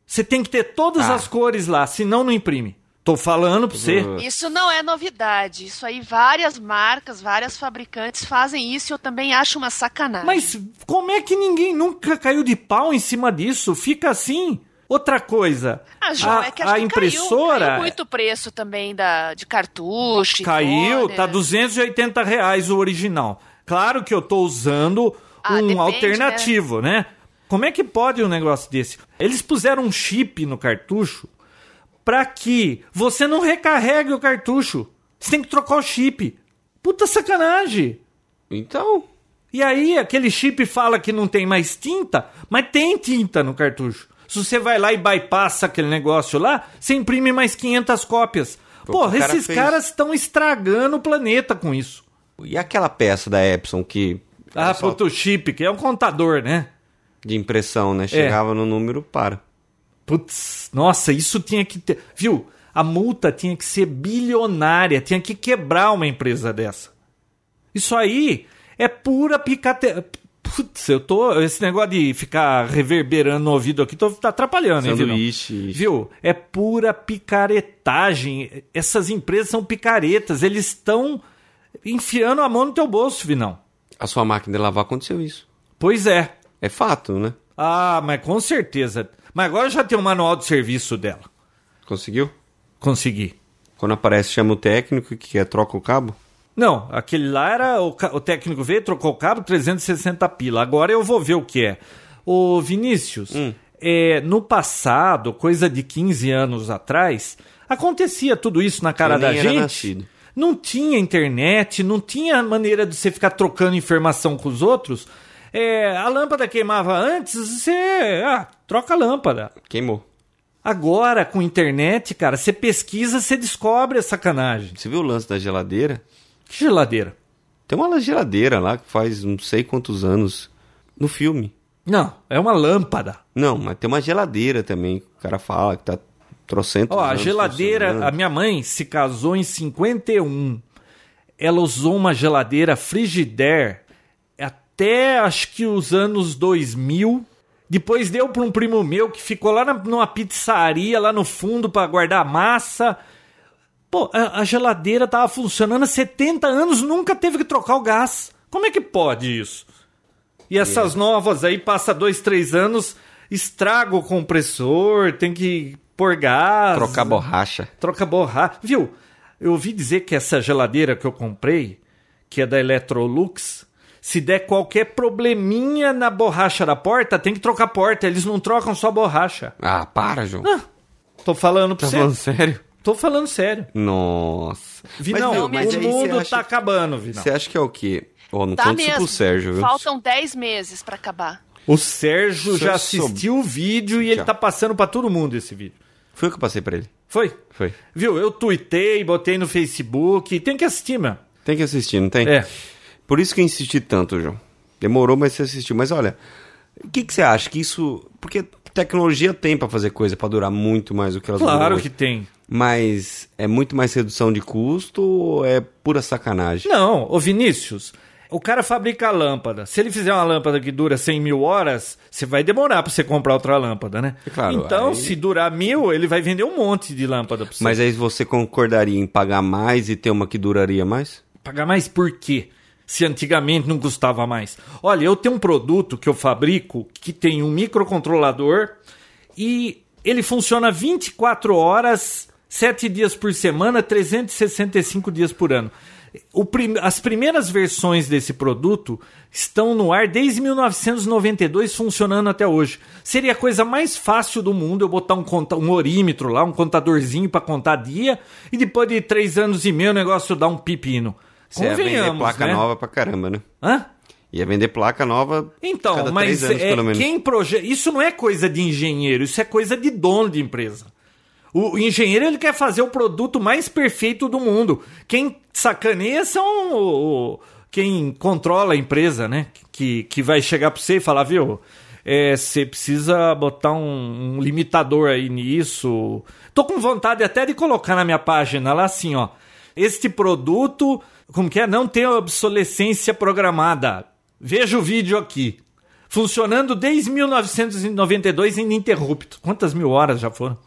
[SPEAKER 1] Você tem que ter todas
[SPEAKER 3] Ah.
[SPEAKER 1] as cores lá, senão não imprime. Tô falando pra você.
[SPEAKER 2] Isso não é novidade. Isso aí, várias marcas, várias fabricantes fazem isso e eu também acho uma sacanagem.
[SPEAKER 1] Mas como é que ninguém nunca caiu de pau em cima disso? Fica assim. Outra coisa,
[SPEAKER 2] Ah, João, é que
[SPEAKER 1] a
[SPEAKER 2] acho que caiu-
[SPEAKER 1] impressora
[SPEAKER 2] Caiu, muito o preço também da, de cartucho. e
[SPEAKER 1] Caiu,
[SPEAKER 2] toner.
[SPEAKER 1] tá 280 reais o original. Claro que eu tô usando
[SPEAKER 2] Ah,
[SPEAKER 1] um
[SPEAKER 2] depende,
[SPEAKER 1] alternativo, né? Como é que pode um negócio desse? Eles puseram um chip no cartucho pra que você não recarregue o cartucho. Você tem que trocar o chip. Puta sacanagem!
[SPEAKER 3] Então,
[SPEAKER 1] E aí, aquele chip fala que não tem mais tinta, mas tem tinta no cartucho. Se você vai lá e bypassa aquele negócio lá, você imprime mais 500 cópias.
[SPEAKER 3] Pô,
[SPEAKER 1] Porra,
[SPEAKER 3] o cara
[SPEAKER 1] esses
[SPEAKER 3] fez.
[SPEAKER 1] caras estão estragando o planeta com isso.
[SPEAKER 3] e aquela peça da Epson que
[SPEAKER 1] Ah,
[SPEAKER 3] era só
[SPEAKER 1] puto chip, que é um contador, né?
[SPEAKER 3] de impressão,
[SPEAKER 1] É.
[SPEAKER 3] né? Chegava no número, para.
[SPEAKER 1] Putz, nossa, isso tinha que ter. Viu? A multa tinha que ser bilionária, tinha que quebrar uma empresa dessa. Isso aí é pura picate. Putz, eu tô. Esse negócio de ficar reverberando no ouvido aqui tô, tá atrapalhando, hein, Vinão?
[SPEAKER 3] Sanduíche.
[SPEAKER 1] Viu? É pura picaretagem. Essas empresas são picaretas. Eles estão enfiando a mão no teu bolso, Vinão.
[SPEAKER 3] A sua máquina de lavar aconteceu isso.
[SPEAKER 1] Pois é.
[SPEAKER 3] É fato, né?
[SPEAKER 1] Ah, mas com certeza. Mas agora já tem o manual de serviço dela.
[SPEAKER 3] Conseguiu?
[SPEAKER 1] Consegui.
[SPEAKER 3] Quando aparece, chama o técnico, que é troca o cabo.
[SPEAKER 1] Não, aquele lá era. O, ca- o técnico veio, trocou o cabo, 360 pila. Agora eu vou ver o que é. Ô, Vinícius,
[SPEAKER 3] Hum.
[SPEAKER 1] é, no passado, coisa de 15 anos atrás, acontecia tudo isso na cara
[SPEAKER 3] Eu
[SPEAKER 1] da
[SPEAKER 3] nem era
[SPEAKER 1] gente.
[SPEAKER 3] nascido.
[SPEAKER 1] Não tinha internet, não tinha maneira de você ficar trocando informação com os outros. É, a lâmpada queimava antes, você. Ah, troca a lâmpada.
[SPEAKER 3] Queimou.
[SPEAKER 1] Agora, com internet, cara, você pesquisa, você descobre a sacanagem.
[SPEAKER 3] Você viu o lance da geladeira?
[SPEAKER 1] Que geladeira?
[SPEAKER 3] Tem uma geladeira lá que faz não sei quantos anos no filme.
[SPEAKER 1] Não, é uma lâmpada.
[SPEAKER 3] Não, mas tem uma geladeira também que o cara fala que tá trocento.
[SPEAKER 1] Ó, a
[SPEAKER 3] é
[SPEAKER 1] geladeira, a minha mãe se casou em 51. Ela usou uma geladeira Frigidaire até acho que os anos 2000. Depois deu para um primo meu que ficou lá na- numa pizzaria, lá no fundo, para guardar massa. Pô, a, a geladeira tava funcionando há 70 anos, nunca teve que trocar o gás. Como é que pode isso? E
[SPEAKER 3] É.
[SPEAKER 1] essas novas aí, passa dois, três anos, estraga o compressor, tem que pôr gás.
[SPEAKER 3] Trocar borracha.
[SPEAKER 1] Troca borrar. Viu? Eu ouvi dizer que essa geladeira que eu comprei, que é da Electrolux, se der qualquer probleminha na borracha da porta, tem que trocar a porta. Eles não trocam só a borracha.
[SPEAKER 3] Ah, para, João.
[SPEAKER 1] Tô falando pra
[SPEAKER 3] tá
[SPEAKER 1] você.
[SPEAKER 3] falando sério?
[SPEAKER 1] Tô falando sério.
[SPEAKER 3] Nossa.
[SPEAKER 1] Vinão,
[SPEAKER 3] viu,
[SPEAKER 1] o
[SPEAKER 3] aí você
[SPEAKER 1] mundo
[SPEAKER 3] acha-
[SPEAKER 1] tá acabando, Vinão.
[SPEAKER 3] Você acha que é o quê? Ó, não
[SPEAKER 2] Tá
[SPEAKER 3] conta isso
[SPEAKER 2] mesmo.
[SPEAKER 3] pro Sérgio, viu?
[SPEAKER 2] Faltam 10 meses pra acabar.
[SPEAKER 1] O Sérgio
[SPEAKER 3] Se
[SPEAKER 1] já
[SPEAKER 3] eu
[SPEAKER 1] assistiu o vídeo e ele
[SPEAKER 3] Já.
[SPEAKER 1] tá passando pra todo mundo esse vídeo.
[SPEAKER 3] Foi o que eu passei pra ele.
[SPEAKER 1] Foi?
[SPEAKER 3] Foi.
[SPEAKER 1] Viu? Eu tuitei, botei no Facebook. Tem que assistir, mano.
[SPEAKER 3] Tem que assistir, não tem?
[SPEAKER 1] É.
[SPEAKER 3] Por isso que eu insisti tanto, João. Demorou, mas você assistiu. Mas olha, o que, que você acha que isso. Porque tecnologia tem pra fazer coisa pra durar muito mais do que elas duram
[SPEAKER 1] Claro
[SPEAKER 3] hoje.
[SPEAKER 1] que tem.
[SPEAKER 3] Mas é muito mais redução de custo ou é pura sacanagem?
[SPEAKER 1] Não, ô Vinícius, o cara fabrica a lâmpada. Se ele fizer uma lâmpada que dura 100 mil horas, você vai demorar pra você comprar outra lâmpada, né?
[SPEAKER 3] É claro,
[SPEAKER 1] então,
[SPEAKER 3] aí-
[SPEAKER 1] se durar mil, ele vai vender um monte de lâmpada pra você.
[SPEAKER 3] Mas aí você concordaria em pagar mais e ter uma que duraria mais?
[SPEAKER 1] Pagar mais por quê? se antigamente não custava mais. Olha, eu tenho um produto que eu fabrico que tem um microcontrolador e ele funciona 24 horas, 7 dias por semana, 365 dias por ano. O prim... As primeiras versões desse produto estão no ar desde 1992, funcionando até hoje. Seria a coisa mais fácil do mundo eu botar um, conta... um orímetro lá, um contadorzinho para contar dia, e depois de três anos e meio o negócio dá um pepino.
[SPEAKER 3] Você ia vender placa
[SPEAKER 1] né?
[SPEAKER 3] nova pra caramba, né?
[SPEAKER 1] Hã?
[SPEAKER 3] Ia vender placa nova
[SPEAKER 1] Então,
[SPEAKER 3] cada
[SPEAKER 1] mas
[SPEAKER 3] três anos,
[SPEAKER 1] é,
[SPEAKER 3] pelo menos.
[SPEAKER 1] quem proje... isso não é coisa de engenheiro, isso é coisa de dono de empresa. O o engenheiro ele quer fazer o produto mais perfeito do mundo. Quem sacaneia são o, o- quem controla a empresa, né? Que, que vai chegar para você e falar, viu? é, Você precisa botar um, um limitador aí nisso. Tô com vontade até de colocar na minha página lá assim, ó. Este produto, como que é? Não tem obsolescência programada. Veja o vídeo aqui. Funcionando desde 1992 ininterrupto. Quantas mil horas já foram?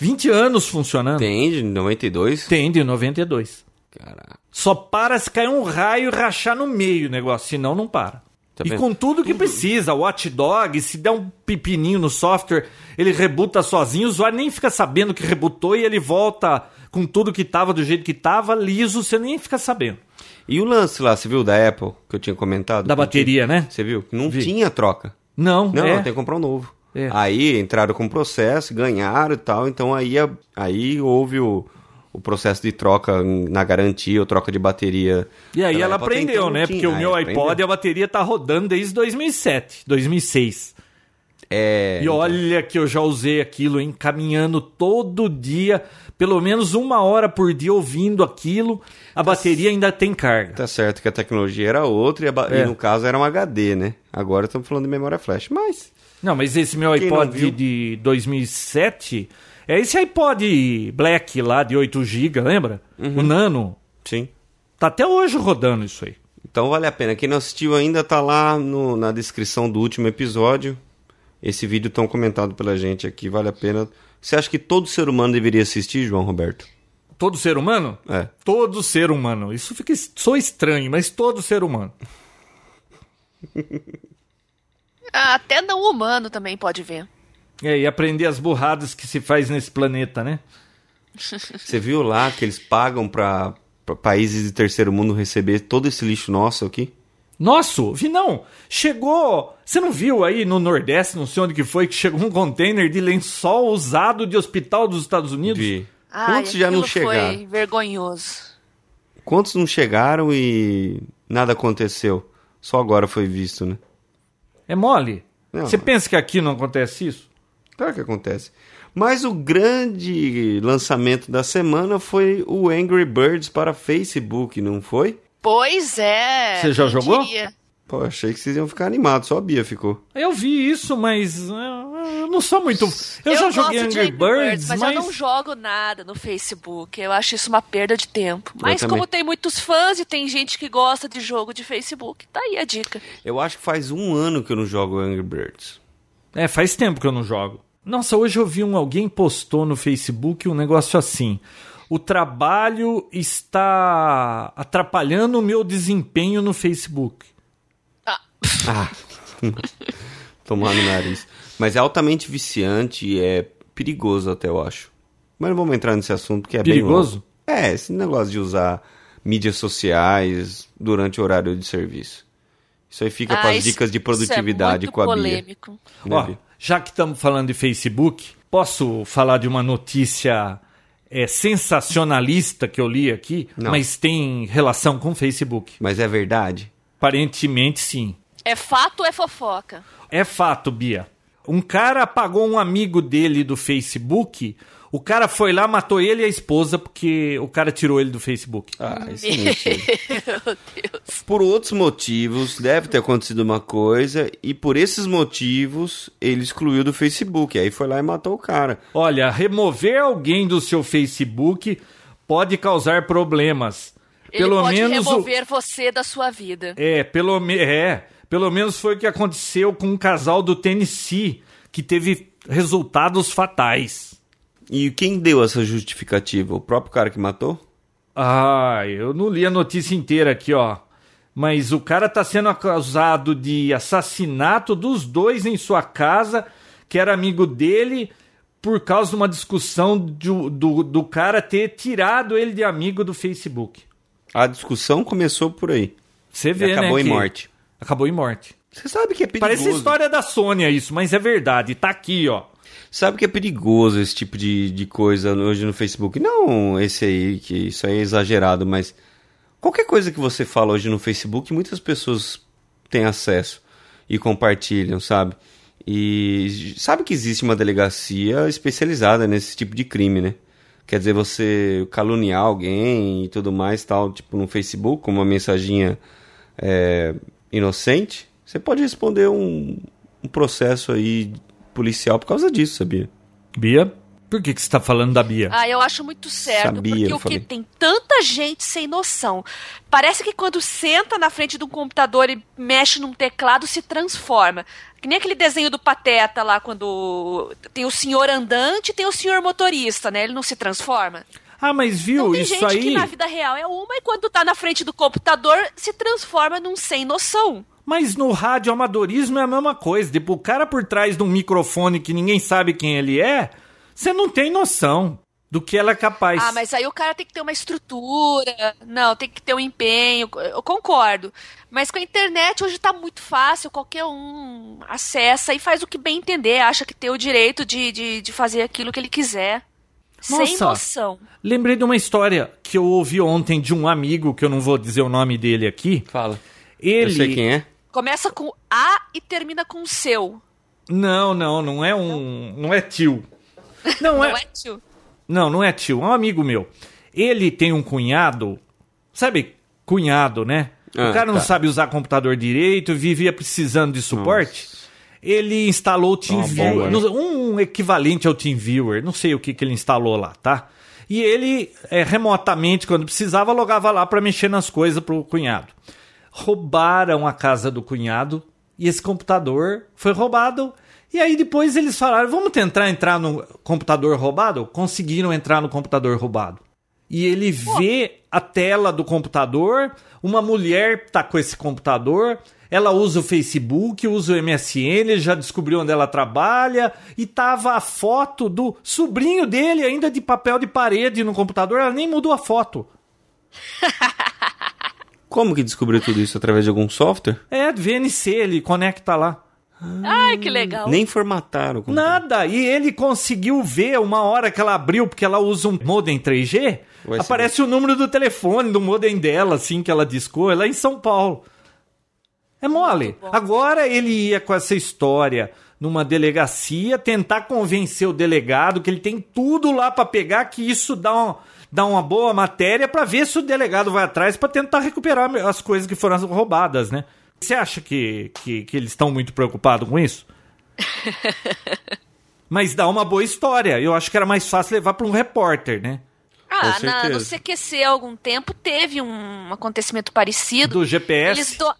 [SPEAKER 1] 20 anos funcionando.
[SPEAKER 3] Tem de 92?
[SPEAKER 1] Tem de 92.
[SPEAKER 3] Caraca.
[SPEAKER 1] Só para se cair um raio e rachar no meio o negócio, senão não para.
[SPEAKER 3] Tá
[SPEAKER 1] e
[SPEAKER 3] vendo?
[SPEAKER 1] com tudo que precisa, watchdog, se der um pepininho no software, ele rebuta sozinho, o usuário nem fica sabendo que rebutou e ele volta com tudo que tava do jeito que tava, liso, você nem fica sabendo.
[SPEAKER 3] E o lance lá, você viu da Apple, que eu tinha comentado?
[SPEAKER 1] Da
[SPEAKER 3] Não
[SPEAKER 1] bateria, né?
[SPEAKER 3] tinha- Você viu? Não tinha troca.
[SPEAKER 1] Não,
[SPEAKER 3] Não,
[SPEAKER 1] é.
[SPEAKER 3] tem que comprar um novo.
[SPEAKER 1] É.
[SPEAKER 3] Aí entraram com processo, ganharam e tal, então aí, a- aí houve o, o processo de troca na garantia ou troca de bateria.
[SPEAKER 1] E aí
[SPEAKER 3] pela
[SPEAKER 1] ela
[SPEAKER 3] Apple. Até
[SPEAKER 1] aprendeu,
[SPEAKER 3] então não
[SPEAKER 1] né?
[SPEAKER 3] tinha.
[SPEAKER 1] Porque o
[SPEAKER 3] Ah,
[SPEAKER 1] meu
[SPEAKER 3] ela
[SPEAKER 1] iPod,
[SPEAKER 3] aprendeu.
[SPEAKER 1] a bateria tá rodando desde 2007, 2006.
[SPEAKER 3] é...
[SPEAKER 1] e olha que eu já usei aquilo, hein? Caminhando todo dia, pelo menos uma hora por dia ouvindo aquilo, a bateria ainda tem carga.
[SPEAKER 3] Tá certo que a tecnologia era outra e, a ba-
[SPEAKER 1] É.
[SPEAKER 3] e no caso era um HD, né? Agora estamos falando de memória flash, mas
[SPEAKER 1] Não, mas esse meu
[SPEAKER 3] Quem não
[SPEAKER 1] iPod
[SPEAKER 3] viu?
[SPEAKER 1] de 2007 é esse iPod Black lá de 8 GB, lembra?
[SPEAKER 3] Uhum.
[SPEAKER 1] O Nano.
[SPEAKER 3] sim.
[SPEAKER 1] Tá até hoje rodando isso aí.
[SPEAKER 3] Então vale a pena. Quem não assistiu ainda tá lá no- na descrição do último episódio. Esse vídeo tão comentado pela gente aqui, vale a pena. Você acha que todo ser humano deveria assistir, João Roberto?
[SPEAKER 1] Todo ser humano?
[SPEAKER 3] É.
[SPEAKER 1] Todo ser humano. Isso fica só estranho, mas todo ser humano.
[SPEAKER 2] Ah, Até não humano também pode ver.
[SPEAKER 1] É, e aprender as burradas que se faz nesse planeta, né?
[SPEAKER 3] Você viu lá que eles pagam pra pra países de terceiro mundo receber todo esse lixo nosso aqui?
[SPEAKER 1] Nosso, vi não. Chegou. Você não viu aí no Nordeste, não sei onde que foi, que chegou um container de lençol usado de hospital dos Estados Unidos?
[SPEAKER 3] De...
[SPEAKER 2] Ai,
[SPEAKER 3] Quantos já não
[SPEAKER 2] aquilo
[SPEAKER 3] chegaram?
[SPEAKER 2] Foi vergonhoso.
[SPEAKER 3] Quantos não chegaram e nada aconteceu? Só agora foi visto, né?
[SPEAKER 1] É mole?
[SPEAKER 3] Não.
[SPEAKER 1] Você pensa que aqui não acontece isso?
[SPEAKER 3] Claro Então, é que acontece. Mas o grande lançamento da semana foi o Angry Birds para Facebook, não foi?
[SPEAKER 2] Pois é.
[SPEAKER 1] Você já
[SPEAKER 2] quem
[SPEAKER 1] jogou?
[SPEAKER 2] diria?
[SPEAKER 3] Pô, achei que vocês iam ficar animados, só a Bia ficou.
[SPEAKER 1] Eu vi isso, mas eh, eu não sou muito. Eu, já
[SPEAKER 2] gosto
[SPEAKER 1] joguei
[SPEAKER 2] de
[SPEAKER 1] Angry Birds,
[SPEAKER 2] mas, eu não jogo nada no Facebook. Eu acho isso uma perda de tempo. Mas
[SPEAKER 3] também.
[SPEAKER 2] como tem muitos fãs e tem gente que gosta de jogo de Facebook, tá aí a dica.
[SPEAKER 3] Eu acho que faz um ano que eu não jogo Angry Birds.
[SPEAKER 1] É, faz tempo que eu não jogo. Nossa, hoje eu vi um alguém postou no Facebook um negócio assim. O trabalho está atrapalhando o meu desempenho no Facebook.
[SPEAKER 2] Ah,
[SPEAKER 3] Ah, tomar no nariz. Mas é altamente viciante e é perigoso até, eu acho. Mas não vamos entrar nesse assunto que é
[SPEAKER 1] Perigoso?
[SPEAKER 3] bem... longo. É, esse negócio de usar mídias sociais durante o horário de serviço. Isso aí fica
[SPEAKER 2] ah,
[SPEAKER 3] para as
[SPEAKER 2] isso-
[SPEAKER 3] dicas de
[SPEAKER 2] isso é
[SPEAKER 3] produtividade
[SPEAKER 2] muito
[SPEAKER 3] com a Bia.
[SPEAKER 2] polêmico.
[SPEAKER 3] Né,
[SPEAKER 1] Ó,
[SPEAKER 3] Bia?
[SPEAKER 1] já que estamos falando de Facebook, posso falar de uma notícia eh, sensacionalista que eu li aqui,
[SPEAKER 3] Não.
[SPEAKER 1] mas tem relação com o Facebook.
[SPEAKER 3] Mas é verdade?
[SPEAKER 1] Aparentemente, sim.
[SPEAKER 2] É fato ou é fofoca?
[SPEAKER 1] É fato, Bia. Um cara apagou um amigo dele do Facebook. O cara foi lá, matou ele e a esposa, porque o cara tirou ele do Facebook.
[SPEAKER 3] Ah, isso é mentira.
[SPEAKER 2] Meu Deus.
[SPEAKER 3] Por outros motivos, deve ter acontecido uma coisa, e por esses motivos, ele excluiu do Facebook. Aí foi lá e matou o cara.
[SPEAKER 1] Olha, remover alguém do seu Facebook pode causar problemas.
[SPEAKER 2] Ele
[SPEAKER 1] Pelo
[SPEAKER 2] pode
[SPEAKER 1] menos o-
[SPEAKER 2] remover você da sua vida.
[SPEAKER 1] É, pelo me... é, pelo menos foi o que aconteceu com um casal do Tennessee que teve resultados fatais.
[SPEAKER 3] E quem deu essa justificativa? O próprio cara que matou?
[SPEAKER 1] Ah, eu não li a notícia inteira aqui, ó. Mas o cara tá sendo acusado de assassinato dos dois em sua casa, que era amigo dele, por causa de uma discussão do, do, do cara ter tirado ele de amigo do Facebook.
[SPEAKER 3] A discussão começou por aí.
[SPEAKER 1] Você vê,
[SPEAKER 3] e acabou
[SPEAKER 1] né?
[SPEAKER 3] em
[SPEAKER 1] que-
[SPEAKER 3] morte.
[SPEAKER 1] Acabou em morte.
[SPEAKER 3] Você sabe que é perigoso.
[SPEAKER 1] Parece história da Sônia isso, mas é verdade. Tá aqui, ó.
[SPEAKER 3] Sabe que é perigoso esse tipo de, de coisa hoje no Facebook? Não esse aí, que isso aí é exagerado, mas qualquer coisa que você fala hoje no Facebook, muitas pessoas têm acesso e compartilham, sabe? E sabe que existe uma delegacia especializada nesse tipo de crime, né? Quer dizer, você caluniar alguém e tudo mais, tal, tipo no Facebook, com uma mensaginha é, inocente, você pode responder um, um processo aí policial por causa disso, sabia?
[SPEAKER 1] Bia? Por que, que você tá falando da Bia?
[SPEAKER 2] Ah, eu acho muito certo,
[SPEAKER 3] Sabia,
[SPEAKER 2] porque
[SPEAKER 3] eu
[SPEAKER 2] o que
[SPEAKER 3] falei.
[SPEAKER 2] tem tanta gente sem noção. Parece que quando senta na frente de um computador e mexe num teclado, se transforma. Que nem aquele desenho do Pateta lá, quando tem o senhor andante e tem o senhor motorista, né? Ele não se transforma.
[SPEAKER 1] Ah, mas viu,
[SPEAKER 2] Então tem
[SPEAKER 1] isso
[SPEAKER 2] gente
[SPEAKER 1] aí.
[SPEAKER 2] que na vida real é uma e quando tá na frente do computador se transforma num sem noção.
[SPEAKER 1] Mas no rádio amadorismo é a mesma coisa. Tipo, o cara por trás de um microfone que ninguém sabe quem ele é, você não tem noção do que ela é capaz.
[SPEAKER 2] Ah, mas aí o cara tem que ter uma estrutura, não, tem que ter um empenho, eu concordo. Mas com a internet hoje tá muito fácil, qualquer um acessa e faz o que bem entender, acha que tem o direito de, de, de fazer aquilo que ele quiser. Sem
[SPEAKER 1] Nossa.
[SPEAKER 2] noção.
[SPEAKER 1] Lembrei de uma história que eu ouvi ontem de um amigo, que eu não vou dizer o nome dele aqui.
[SPEAKER 3] Fala.
[SPEAKER 1] Ele.
[SPEAKER 3] Eu sei quem é.
[SPEAKER 2] Começa com A e termina com seu.
[SPEAKER 1] Não, não, não é um. Não é tio. Não é.
[SPEAKER 2] Não é, tio?
[SPEAKER 1] Não, não é tio, é um amigo meu. Ele tem um cunhado, sabe, cunhado, né? o
[SPEAKER 3] Ah,
[SPEAKER 1] cara não
[SPEAKER 3] tá.
[SPEAKER 1] sabe usar computador direito, vivia precisando de suporte. Ele instalou o TeamViewer,
[SPEAKER 3] bomba, né?
[SPEAKER 1] um equivalente ao TeamViewer, não sei o que, que ele instalou lá, tá? E ele, eh, remotamente, quando precisava, logava lá pra mexer nas coisas pro cunhado. Roubaram a casa do cunhado e esse computador foi roubado. E aí depois eles falaram, vamos tentar entrar no computador roubado? Conseguiram entrar no computador roubado. E ele vê a tela do computador, uma mulher tá com esse computador, ela usa o Facebook, usa o MSN, já descobriu onde ela trabalha, e tava a foto do sobrinho dele ainda de papel de parede no computador, ela nem mudou a foto.
[SPEAKER 3] Como que descobriu tudo isso? Através de algum software?
[SPEAKER 1] É, VNC, ele conecta lá.
[SPEAKER 2] Ai, que legal.
[SPEAKER 3] Nem formataram. o computador.
[SPEAKER 1] Nada, e ele conseguiu ver uma hora que ela abriu, porque ela usa um modem 3G,
[SPEAKER 3] USB.
[SPEAKER 1] aparece o número do telefone do modem dela, assim, que ela discou, ela é em São Paulo. É mole.
[SPEAKER 2] bom.
[SPEAKER 1] Agora ele ia com essa história numa delegacia, tentar convencer o delegado que ele tem tudo lá pra pegar, que isso dá, um- dá uma boa matéria pra ver se o delegado vai atrás pra tentar recuperar as coisas que foram roubadas, né? Você acha que, que, que eles estão muito preocupados com isso? Mas dá uma boa história. Eu acho que era mais fácil levar pra um repórter, né?
[SPEAKER 2] Ah,
[SPEAKER 3] Com
[SPEAKER 2] na, no
[SPEAKER 3] certeza.
[SPEAKER 2] CQC há algum tempo teve um acontecimento parecido.
[SPEAKER 1] Do GPS.
[SPEAKER 2] Eles, do-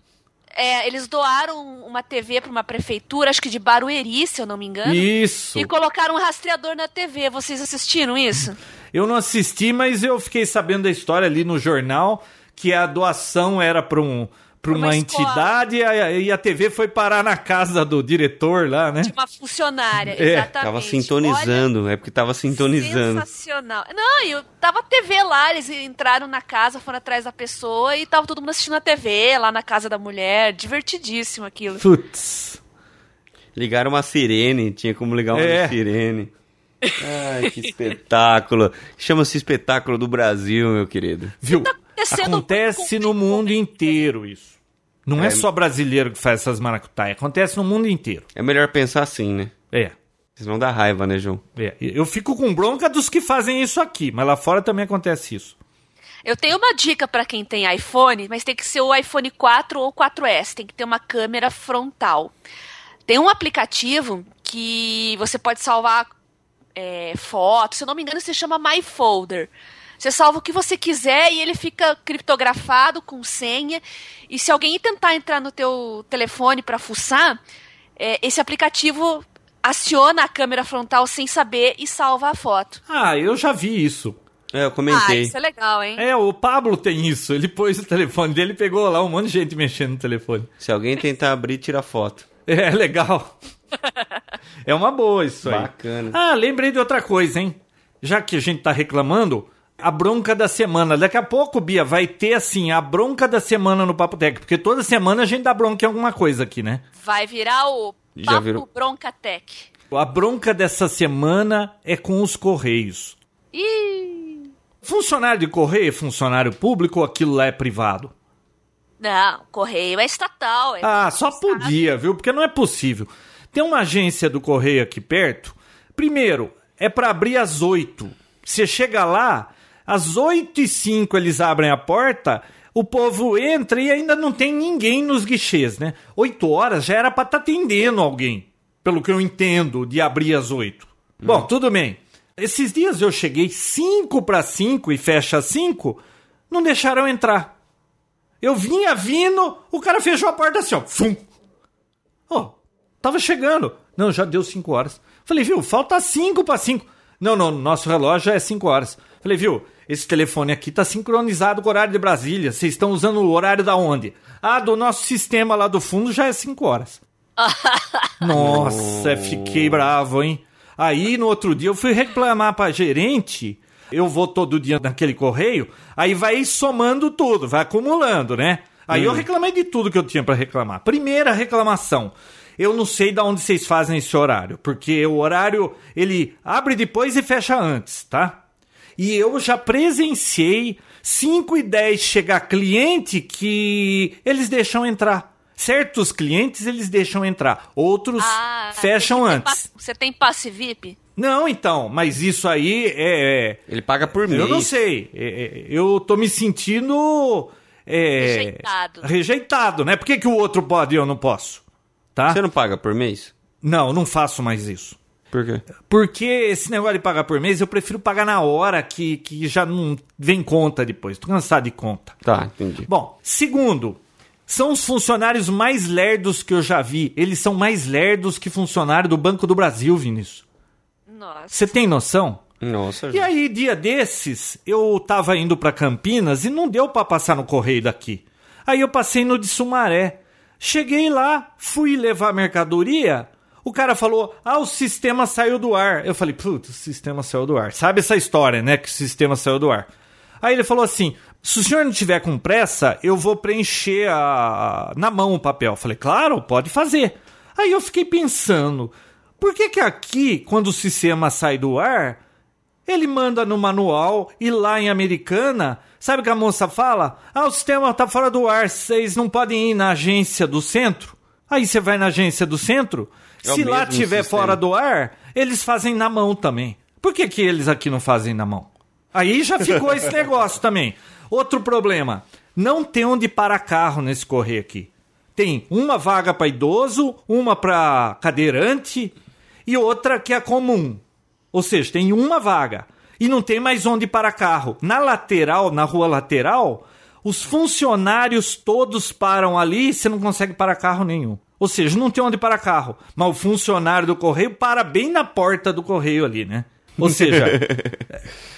[SPEAKER 2] é, eles doaram uma TV para uma prefeitura, acho que de Barueri, se eu não me engano.
[SPEAKER 1] Isso.
[SPEAKER 2] E colocaram um rastreador na TV. Vocês assistiram isso?
[SPEAKER 1] Eu não assisti, mas eu fiquei sabendo da história ali no jornal que a doação era para um, pra
[SPEAKER 2] Uma
[SPEAKER 1] uma,
[SPEAKER 2] escola.
[SPEAKER 1] entidade e a, e a TV foi parar na casa do diretor lá, né?
[SPEAKER 2] De uma funcionária,
[SPEAKER 1] É,
[SPEAKER 2] exatamente.
[SPEAKER 3] Tava sintonizando. é porque tava
[SPEAKER 2] Olha,
[SPEAKER 3] sintonizando.
[SPEAKER 2] sensacional. Não, e eu tava a TV lá, eles entraram na casa, foram atrás da pessoa e tava todo mundo assistindo a TV lá na casa da mulher. Divertidíssimo aquilo.
[SPEAKER 1] Putz.
[SPEAKER 3] Ligaram uma sirene. Tinha como ligar uma
[SPEAKER 1] É.
[SPEAKER 3] sirene. Ai, que espetáculo. Chama-se espetáculo do Brasil, meu querido.
[SPEAKER 1] Viu?
[SPEAKER 2] tá acontecendo né?
[SPEAKER 1] Acontece
[SPEAKER 2] com-
[SPEAKER 1] no mundo inteiro isso. Não é,
[SPEAKER 3] É.
[SPEAKER 1] só brasileiro que faz essas maracutaias, acontece no mundo inteiro.
[SPEAKER 3] É melhor pensar assim, né?
[SPEAKER 1] É.
[SPEAKER 3] Senão dá raiva, né, João?
[SPEAKER 1] é. Eu fico com bronca dos que fazem isso aqui, mas lá fora também acontece isso.
[SPEAKER 2] Eu tenho uma dica pra quem tem iPhone, mas tem que ser o iPhone 4 ou 4S, tem que ter uma câmera frontal. Tem um aplicativo que você pode salvar é, fotos, se eu não me engano se chama My Folder. Você salva o que você quiser e ele fica criptografado com senha. E se alguém tentar entrar no teu telefone pra fuçar, é, esse aplicativo aciona a câmera frontal sem saber e salva a foto.
[SPEAKER 1] Ah, eu já vi isso.
[SPEAKER 3] É, eu
[SPEAKER 2] Ah,
[SPEAKER 3] comentei.
[SPEAKER 2] isso é legal, hein?
[SPEAKER 1] É, o Pablo tem isso. Ele pôs o telefone dele e pegou lá um monte de gente mexendo no telefone.
[SPEAKER 3] Se alguém tentar abrir, tira foto.
[SPEAKER 1] É legal. É uma boa isso aí.
[SPEAKER 3] Bacana.
[SPEAKER 1] Ah, lembrei de outra coisa, hein? Já que a gente tá reclamando, a bronca da semana. Daqui a pouco, Bia, vai ter assim, a bronca da semana no Papo Tech. Porque toda semana a gente dá bronca em alguma coisa aqui, né?
[SPEAKER 2] Vai virar o
[SPEAKER 3] Já
[SPEAKER 2] Papo
[SPEAKER 3] virou.
[SPEAKER 2] Bronca Tech.
[SPEAKER 1] A bronca dessa semana é com os Correios.
[SPEAKER 2] Ih!
[SPEAKER 1] Funcionário de correio é funcionário público ou aquilo lá é privado?
[SPEAKER 2] Não, correio é estatal. é
[SPEAKER 1] Ah, só
[SPEAKER 2] estado.
[SPEAKER 1] podia, viu? Porque não é possível. Tem uma agência do correio aqui perto. Primeiro, é para abrir às 8. Você chega lá, às 8 e 5 eles abrem a porta, o povo entra e ainda não tem ninguém nos guichês, né? 8 horas já era para estar atendendo alguém, pelo que eu entendo, de abrir às 8. Bom, tudo bem. Esses dias eu cheguei 5 para 5 e fecha às 5, não deixaram entrar. Eu vinha vindo, o cara fechou a porta assim, ó. Fum. Ó, tava chegando. Não, já deu 5 horas. Falei, viu, falta 5 para 5. Não, não, nosso relógio é 5 horas. Falei, viu, esse telefone aqui tá sincronizado com o horário de Brasília. Vocês estão usando o horário da onde? Ah, do nosso sistema lá do fundo já é 5 horas. Nossa, fiquei bravo, hein? Aí no outro dia eu fui reclamar pra gerente. Eu vou todo dia naquele correio, aí vai somando tudo, vai acumulando, né? Aí eu reclamei de tudo que eu tinha pra reclamar. Primeira reclamação. Eu não sei da onde vocês fazem esse horário, porque o horário ele abre depois e fecha antes, tá? E eu já presenciei 5 e 10 chegar cliente que eles deixam entrar. Certos clientes eles deixam entrar, outros
[SPEAKER 2] Ah,
[SPEAKER 1] fecham
[SPEAKER 2] tem que ter
[SPEAKER 1] antes.
[SPEAKER 2] pa- Você tem passe VIP?
[SPEAKER 1] Não, então, mas isso aí é.
[SPEAKER 3] Ele paga por mês.
[SPEAKER 1] Eu não sei. É, é, Eu tô me sentindo. é,
[SPEAKER 2] Rejeitado.
[SPEAKER 1] Rejeitado, né? Por que, que o outro pode e eu não posso? Tá?
[SPEAKER 3] Você não paga por mês?
[SPEAKER 1] Não, não faço mais isso.
[SPEAKER 3] Por quê?
[SPEAKER 1] Porque esse negócio de pagar por mês, eu prefiro pagar na hora que, que já não vem conta depois. Tô cansado de conta.
[SPEAKER 3] Tá, entendi.
[SPEAKER 1] Bom, segundo, são os funcionários mais lerdos que eu já vi. Eles são mais lerdos que funcionário do Banco do Brasil, Vinícius.
[SPEAKER 2] Nossa.
[SPEAKER 1] Você tem noção?
[SPEAKER 3] Nossa,
[SPEAKER 1] E
[SPEAKER 3] gente.
[SPEAKER 1] aí, dia desses, eu tava indo pra Campinas e não deu pra passar no correio daqui. Aí eu passei no de Sumaré. Cheguei lá, fui levar a mercadoria. O cara falou: "Ah, o sistema saiu do ar". Eu falei: "Putz, o sistema saiu do ar". Sabe essa história, né, que o sistema saiu do ar. Aí ele falou assim: "Se o senhor não tiver com pressa, eu vou preencher a- na mão o papel". Eu falei: "Claro, pode fazer". Aí eu fiquei pensando: por que que aqui, quando o sistema sai do ar, ele manda no manual e lá em Americana, sabe o que a moça fala? Ah, o sistema tá fora do ar, vocês não podem ir na agência do centro. Aí você vai na agência do centro,
[SPEAKER 3] É o
[SPEAKER 1] se lá
[SPEAKER 3] mesmo
[SPEAKER 1] tiver
[SPEAKER 3] sistema.
[SPEAKER 1] fora do ar, eles fazem na mão também. Por que, que eles aqui não fazem na mão? Aí já ficou esse negócio também. Outro problema, não tem onde parar carro nesse correio aqui. Tem uma vaga para idoso, uma para cadeirante e outra que é comum. Ou seja, tem uma vaga e não tem mais onde parar carro. Na lateral, na rua lateral, os funcionários todos param ali e você não consegue parar carro nenhum. Ou seja, não tem onde parar carro. Mas o funcionário do correio para bem na porta do correio ali, né? Ou seja,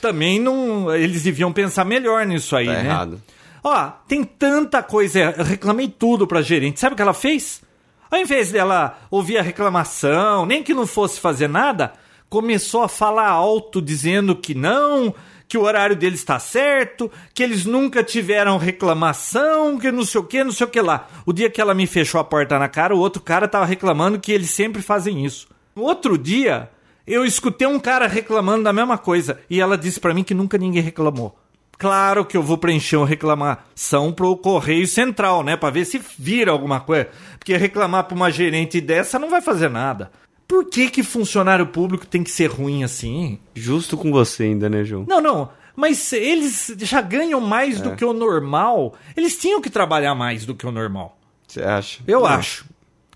[SPEAKER 1] também não. Eles deviam pensar melhor nisso aí,
[SPEAKER 3] Tá
[SPEAKER 1] né?
[SPEAKER 3] errado.
[SPEAKER 1] Ó, tem tanta coisa. erra- Eu reclamei tudo pra gerente. Sabe o que ela fez? Ao invés dela ouvir a reclamação, nem que não fosse fazer nada, começou a falar alto dizendo que não, que o horário deles está certo, que eles nunca tiveram reclamação, que não sei o que, não sei o que lá. O dia que ela me fechou a porta na cara, o outro cara tava reclamando que eles sempre fazem isso. No outro dia, eu escutei um cara reclamando da mesma coisa e ela disse pra mim que nunca ninguém reclamou. Claro que eu vou preencher uma reclamação pro Correio Central, né? Pra ver se vira alguma coisa. Porque reclamar pra uma gerente dessa não vai fazer nada. Por que que funcionário público tem que ser ruim assim?
[SPEAKER 3] Justo com você ainda, né, João?
[SPEAKER 1] Não, não. Mas eles já ganham mais do que o normal. Eles tinham que trabalhar mais do que o normal.
[SPEAKER 3] Você acha?
[SPEAKER 1] Eu
[SPEAKER 3] Não.
[SPEAKER 1] acho.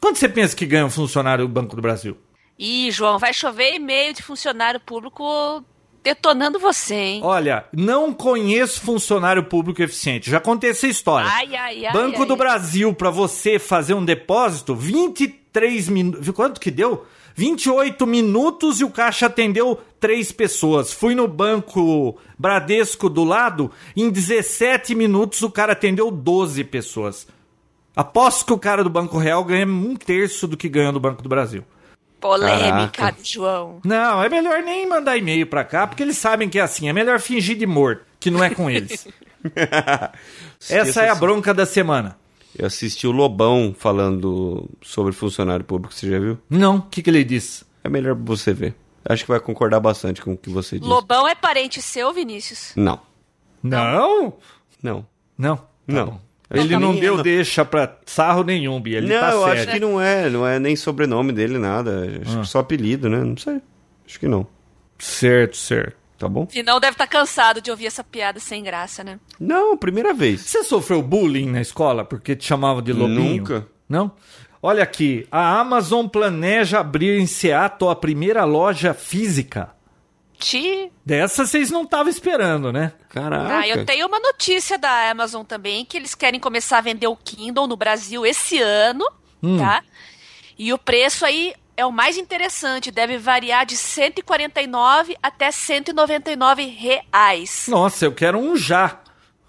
[SPEAKER 1] Quanto você pensa que ganha um funcionário do Banco do Brasil?
[SPEAKER 2] Ih, João, vai chover e-mail de funcionário público detonando você, hein?
[SPEAKER 1] Olha, não conheço funcionário público eficiente. Já contei essa história.
[SPEAKER 2] Ai, ai, ai.
[SPEAKER 1] Banco
[SPEAKER 2] ai,
[SPEAKER 1] do
[SPEAKER 2] ai.
[SPEAKER 1] Brasil, pra você fazer um depósito, 23 minutos. Quanto que deu? 28 minutos e o caixa atendeu três pessoas. Fui no banco Bradesco do lado, em 17 minutos o cara atendeu 12 pessoas. Aposto que o cara do Banco Real ganha um terço do que ganha do Banco do Brasil.
[SPEAKER 2] Polêmica, João.
[SPEAKER 1] Não, é melhor nem mandar e-mail pra cá, porque eles sabem que é assim. É melhor fingir de morto, que não é com eles. Essa é a bronca da semana.
[SPEAKER 3] Eu assisti o Lobão falando sobre funcionário público, você já viu?
[SPEAKER 1] Não, o que, que ele disse?
[SPEAKER 3] É melhor você ver. Acho que vai concordar bastante com o que você disse.
[SPEAKER 2] Lobão é parente seu, Vinícius?
[SPEAKER 3] Não,
[SPEAKER 1] Não?
[SPEAKER 3] não.
[SPEAKER 1] Não. tá
[SPEAKER 3] Não.
[SPEAKER 1] bom.
[SPEAKER 3] Eu
[SPEAKER 1] Ele
[SPEAKER 3] acho
[SPEAKER 1] não
[SPEAKER 3] que-
[SPEAKER 1] deu deixa pra sarro nenhum, Bia. Ele
[SPEAKER 3] não,
[SPEAKER 1] tá
[SPEAKER 3] eu
[SPEAKER 1] sério. Ah.
[SPEAKER 3] acho que não é. Não é nem sobrenome dele, nada. Acho que só apelido, né? Não sei. Acho que não.
[SPEAKER 1] Certo, certo.
[SPEAKER 3] Tá bom?
[SPEAKER 2] Vinão deve estar cansado de ouvir essa piada sem graça, né?
[SPEAKER 3] Não, primeira vez.
[SPEAKER 1] Você sofreu bullying na escola porque te chamavam de lobinho?
[SPEAKER 3] Nunca.
[SPEAKER 1] Não? Olha aqui, a Amazon planeja abrir em Seattle a primeira loja física.
[SPEAKER 2] Ti.
[SPEAKER 1] Dessa vocês não estavam esperando, né?
[SPEAKER 3] Caraca.
[SPEAKER 2] Ah, eu tenho uma notícia da Amazon também, que eles querem começar a vender o Kindle no Brasil esse ano, tá? E o preço aí é o mais interessante, deve variar de 149 até 199 reais.
[SPEAKER 1] Nossa, eu quero um já.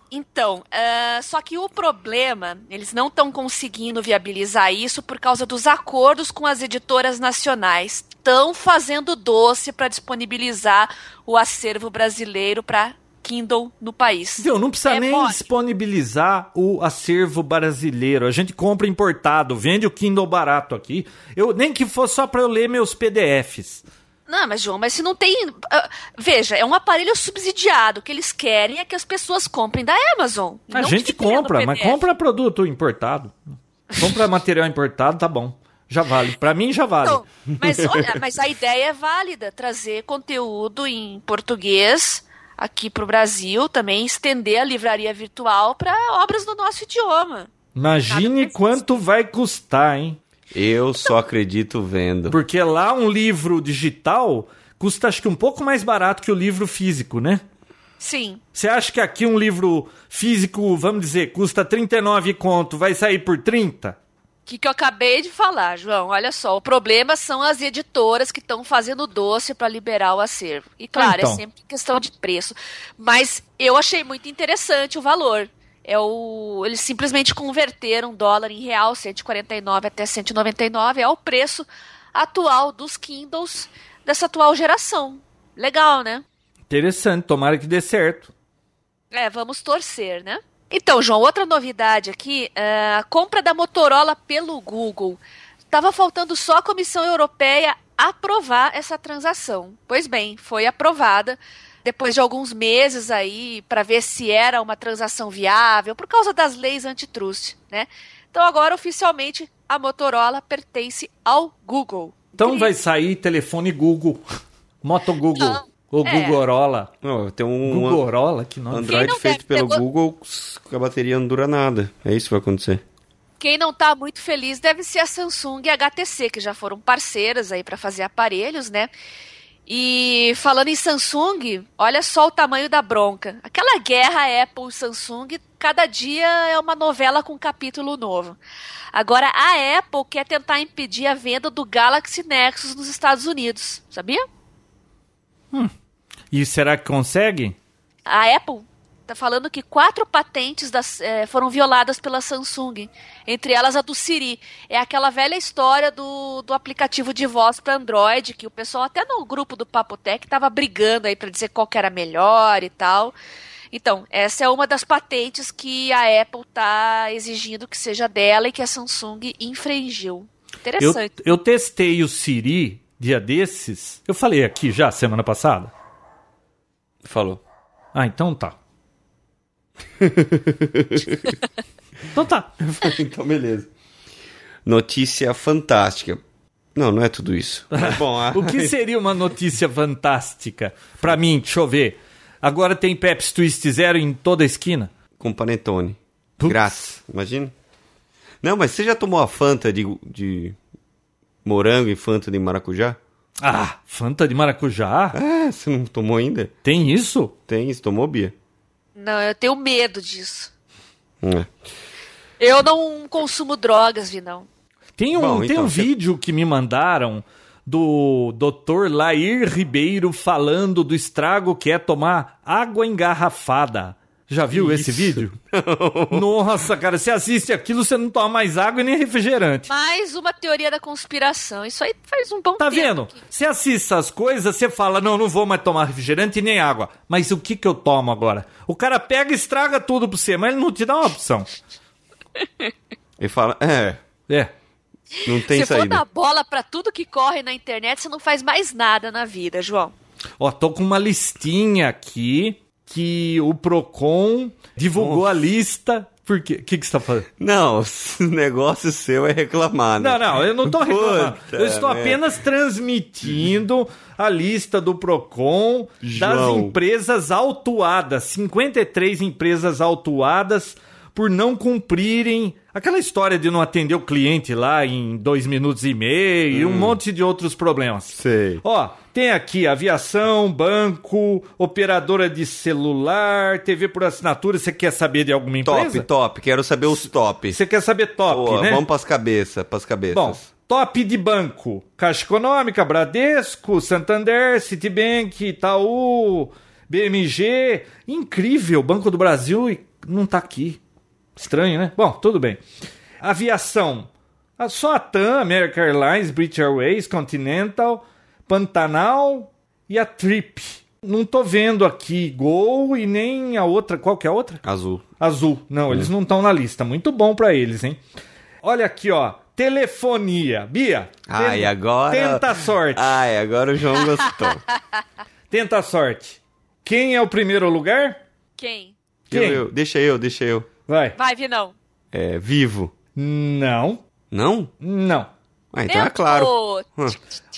[SPEAKER 2] Então, ah, só que o problema, eles não estão conseguindo viabilizar isso por causa dos acordos com as editoras nacionais. Estão fazendo doce para disponibilizar o acervo brasileiro para Kindle no país.
[SPEAKER 1] Viu, não precisa
[SPEAKER 2] É
[SPEAKER 1] nem
[SPEAKER 2] mole.
[SPEAKER 1] disponibilizar o acervo brasileiro. A gente compra importado, vende o Kindle barato aqui. Eu nem que fosse só para eu ler meus PDFs.
[SPEAKER 2] Não, mas João, mas se não tem. ah, veja, é um aparelho subsidiado. O que eles querem é que as pessoas comprem da Amazon.
[SPEAKER 1] A
[SPEAKER 2] não
[SPEAKER 1] gente
[SPEAKER 2] que tenha no
[SPEAKER 1] compra, mas
[SPEAKER 2] PDF.
[SPEAKER 1] compra produto importado. Compra material importado, tá bom. Já vale. Pra mim já vale.
[SPEAKER 2] Então, mas olha, mas a ideia é válida, trazer conteúdo em português aqui pro Brasil, também estender a livraria virtual para obras no nosso idioma. nada
[SPEAKER 1] Imagine
[SPEAKER 2] mais
[SPEAKER 1] quanto vai custar, hein?
[SPEAKER 3] Eu só acredito vendo.
[SPEAKER 1] Porque lá um livro digital custa acho que um pouco mais barato que o livro físico, né?
[SPEAKER 2] Sim.
[SPEAKER 1] Você acha que aqui um livro físico, vamos dizer, custa 39 conto, vai sair por 30?
[SPEAKER 2] O que, que eu acabei de falar, João? Olha só, o problema são as editoras que estão fazendo doce para liberar o acervo. E claro,
[SPEAKER 1] Então.
[SPEAKER 2] é sempre questão de preço. Mas eu achei muito interessante o valor. É o, eles simplesmente converteram dólar em real, 149 até 199, é o preço atual dos Kindles dessa atual geração. Legal, né?
[SPEAKER 1] Interessante, tomara que dê certo.
[SPEAKER 2] É, vamos torcer, né? Então, João, outra novidade aqui, é a compra da Motorola pelo Google. Tava faltando só a Comissão Europeia aprovar essa transação. Pois bem, foi aprovada depois de alguns meses aí para ver se era uma transação viável por causa das leis antitrust, né? Então agora oficialmente a Motorola pertence ao Google.
[SPEAKER 1] Então vai sair telefone Google, Moto Google,
[SPEAKER 2] Não,
[SPEAKER 1] ou
[SPEAKER 2] é.
[SPEAKER 1] Googleorola.
[SPEAKER 3] Não, tem um an-
[SPEAKER 1] Googleorola, que nome.
[SPEAKER 3] Android
[SPEAKER 2] Quem não
[SPEAKER 3] feito
[SPEAKER 2] deve ter
[SPEAKER 3] pelo
[SPEAKER 2] go-
[SPEAKER 3] Google, a bateria não dura nada. É isso que vai acontecer.
[SPEAKER 2] Quem não tá muito feliz deve ser a Samsung e a HTC, que já foram parceiras aí para fazer aparelhos, né? E falando em Samsung, olha só o tamanho da bronca. Aquela guerra Apple e Samsung, cada dia é uma novela com um capítulo novo. Agora a Apple quer tentar impedir a venda do Galaxy Nexus nos Estados Unidos, sabia?
[SPEAKER 1] E será que consegue?
[SPEAKER 2] A Apple está falando que quatro patentes das- eh, foram violadas pela Samsung, entre elas a do Siri. É aquela velha história do, do aplicativo de voz para Android, que o pessoal até no grupo do Papotec estava brigando aí para dizer qual que era melhor e tal. Então, essa é uma das patentes que a Apple está exigindo que seja dela e que a Samsung infringiu.
[SPEAKER 1] Eu,
[SPEAKER 2] Interessante.
[SPEAKER 1] eu testei o Siri dia desses. Eu falei aqui já semana passada.
[SPEAKER 3] Falou.
[SPEAKER 1] Ah, então tá. então tá.
[SPEAKER 3] então, beleza. Notícia fantástica. Não, não é tudo isso. Mas, bom, a-
[SPEAKER 1] O que seria uma notícia fantástica pra mim? Deixa eu ver. Agora tem Pepsi Twist Zero em toda a esquina.
[SPEAKER 3] com panetone.
[SPEAKER 1] Putz.
[SPEAKER 3] Grátis, imagina. Não, mas você já tomou a Fanta de, de morango e Fanta de maracujá?
[SPEAKER 1] Ah, Fanta de maracujá?
[SPEAKER 3] Ah, você não tomou ainda?
[SPEAKER 1] Tem isso?
[SPEAKER 3] Tem, você tomou, Bia?
[SPEAKER 2] Não, eu tenho medo disso.
[SPEAKER 3] É.
[SPEAKER 2] Eu não consumo drogas, Vinão.
[SPEAKER 1] Tem um,
[SPEAKER 3] Bom,
[SPEAKER 1] tem
[SPEAKER 3] então,
[SPEAKER 1] um
[SPEAKER 3] você-
[SPEAKER 1] vídeo que me mandaram do Dr. Lair Ribeiro falando do estrago que é tomar água engarrafada. Já viu esse vídeo? Nossa, cara, você assiste aquilo, você não toma mais água e nem refrigerante.
[SPEAKER 2] Mais uma teoria da conspiração. Isso aí faz um bom
[SPEAKER 1] Tá
[SPEAKER 2] tempo.
[SPEAKER 1] vendo?
[SPEAKER 2] que-
[SPEAKER 1] Você assiste essas coisas, você fala, não, não vou mais tomar refrigerante nem água. Mas o que que eu tomo agora? O cara pega e estraga tudo pra você, mas ele não te dá uma opção.
[SPEAKER 3] Ele fala, é,
[SPEAKER 1] É.
[SPEAKER 3] não tem né?
[SPEAKER 2] Se for
[SPEAKER 3] saída.
[SPEAKER 2] dar bola pra tudo que corre na internet, você não faz mais nada na vida, João.
[SPEAKER 1] Ó, tô com uma listinha aqui que o Procon divulgou a lista. Por quê? O que, que você tá falando?
[SPEAKER 3] Não, o negócio seu é reclamar, né?
[SPEAKER 1] Não, não, eu não tô reclamando.
[SPEAKER 3] Puta
[SPEAKER 1] eu estou
[SPEAKER 3] merda.
[SPEAKER 1] apenas transmitindo a lista do Procon das
[SPEAKER 3] João.
[SPEAKER 1] empresas autuadas, 53 empresas autuadas por não cumprirem aquela história de não atender o cliente lá em dois minutos e meio e um monte de outros problemas.
[SPEAKER 3] Sei.
[SPEAKER 1] Ó, tem aqui aviação, banco, operadora de celular, TV por assinatura. Você quer saber de alguma
[SPEAKER 3] Top,
[SPEAKER 1] empresa?
[SPEAKER 3] top. Quero saber os top.
[SPEAKER 1] Você quer saber top,
[SPEAKER 3] Boa,
[SPEAKER 1] né?
[SPEAKER 3] Vamos pras cabeças, pras cabeças.
[SPEAKER 1] Bom, top de banco. Caixa Econômica, Bradesco, Santander, Citibank, Itaú, BMG. Incrível, Banco do Brasil e não tá aqui. Estranho, né? Bom, tudo bem. Aviação. Ah, Só a TAM, American Airlines, British Airways, Continental, Pantanal e a Trip. Não tô vendo aqui Gol e nem a outra. Qual que é a outra?
[SPEAKER 3] Azul.
[SPEAKER 1] Azul. Não,
[SPEAKER 3] Hum.
[SPEAKER 1] eles não estão na lista. Muito bom pra eles, hein? Olha aqui, ó. Telefonia. Bia.
[SPEAKER 3] Ai,
[SPEAKER 1] ten-
[SPEAKER 3] agora... Ah.
[SPEAKER 1] Tenta a sorte.
[SPEAKER 3] Ai, agora o João gostou.
[SPEAKER 1] Tenta a sorte. Quem é o primeiro lugar?
[SPEAKER 2] Quem?
[SPEAKER 3] Eu,
[SPEAKER 1] Quem?
[SPEAKER 3] eu, deixa eu, deixa eu.
[SPEAKER 1] Vai.
[SPEAKER 2] Vai, Vinão.
[SPEAKER 3] É, vivo.
[SPEAKER 1] Não.
[SPEAKER 3] Não?
[SPEAKER 1] Não.
[SPEAKER 3] Ah, então é
[SPEAKER 2] Eu
[SPEAKER 3] claro.
[SPEAKER 2] tô-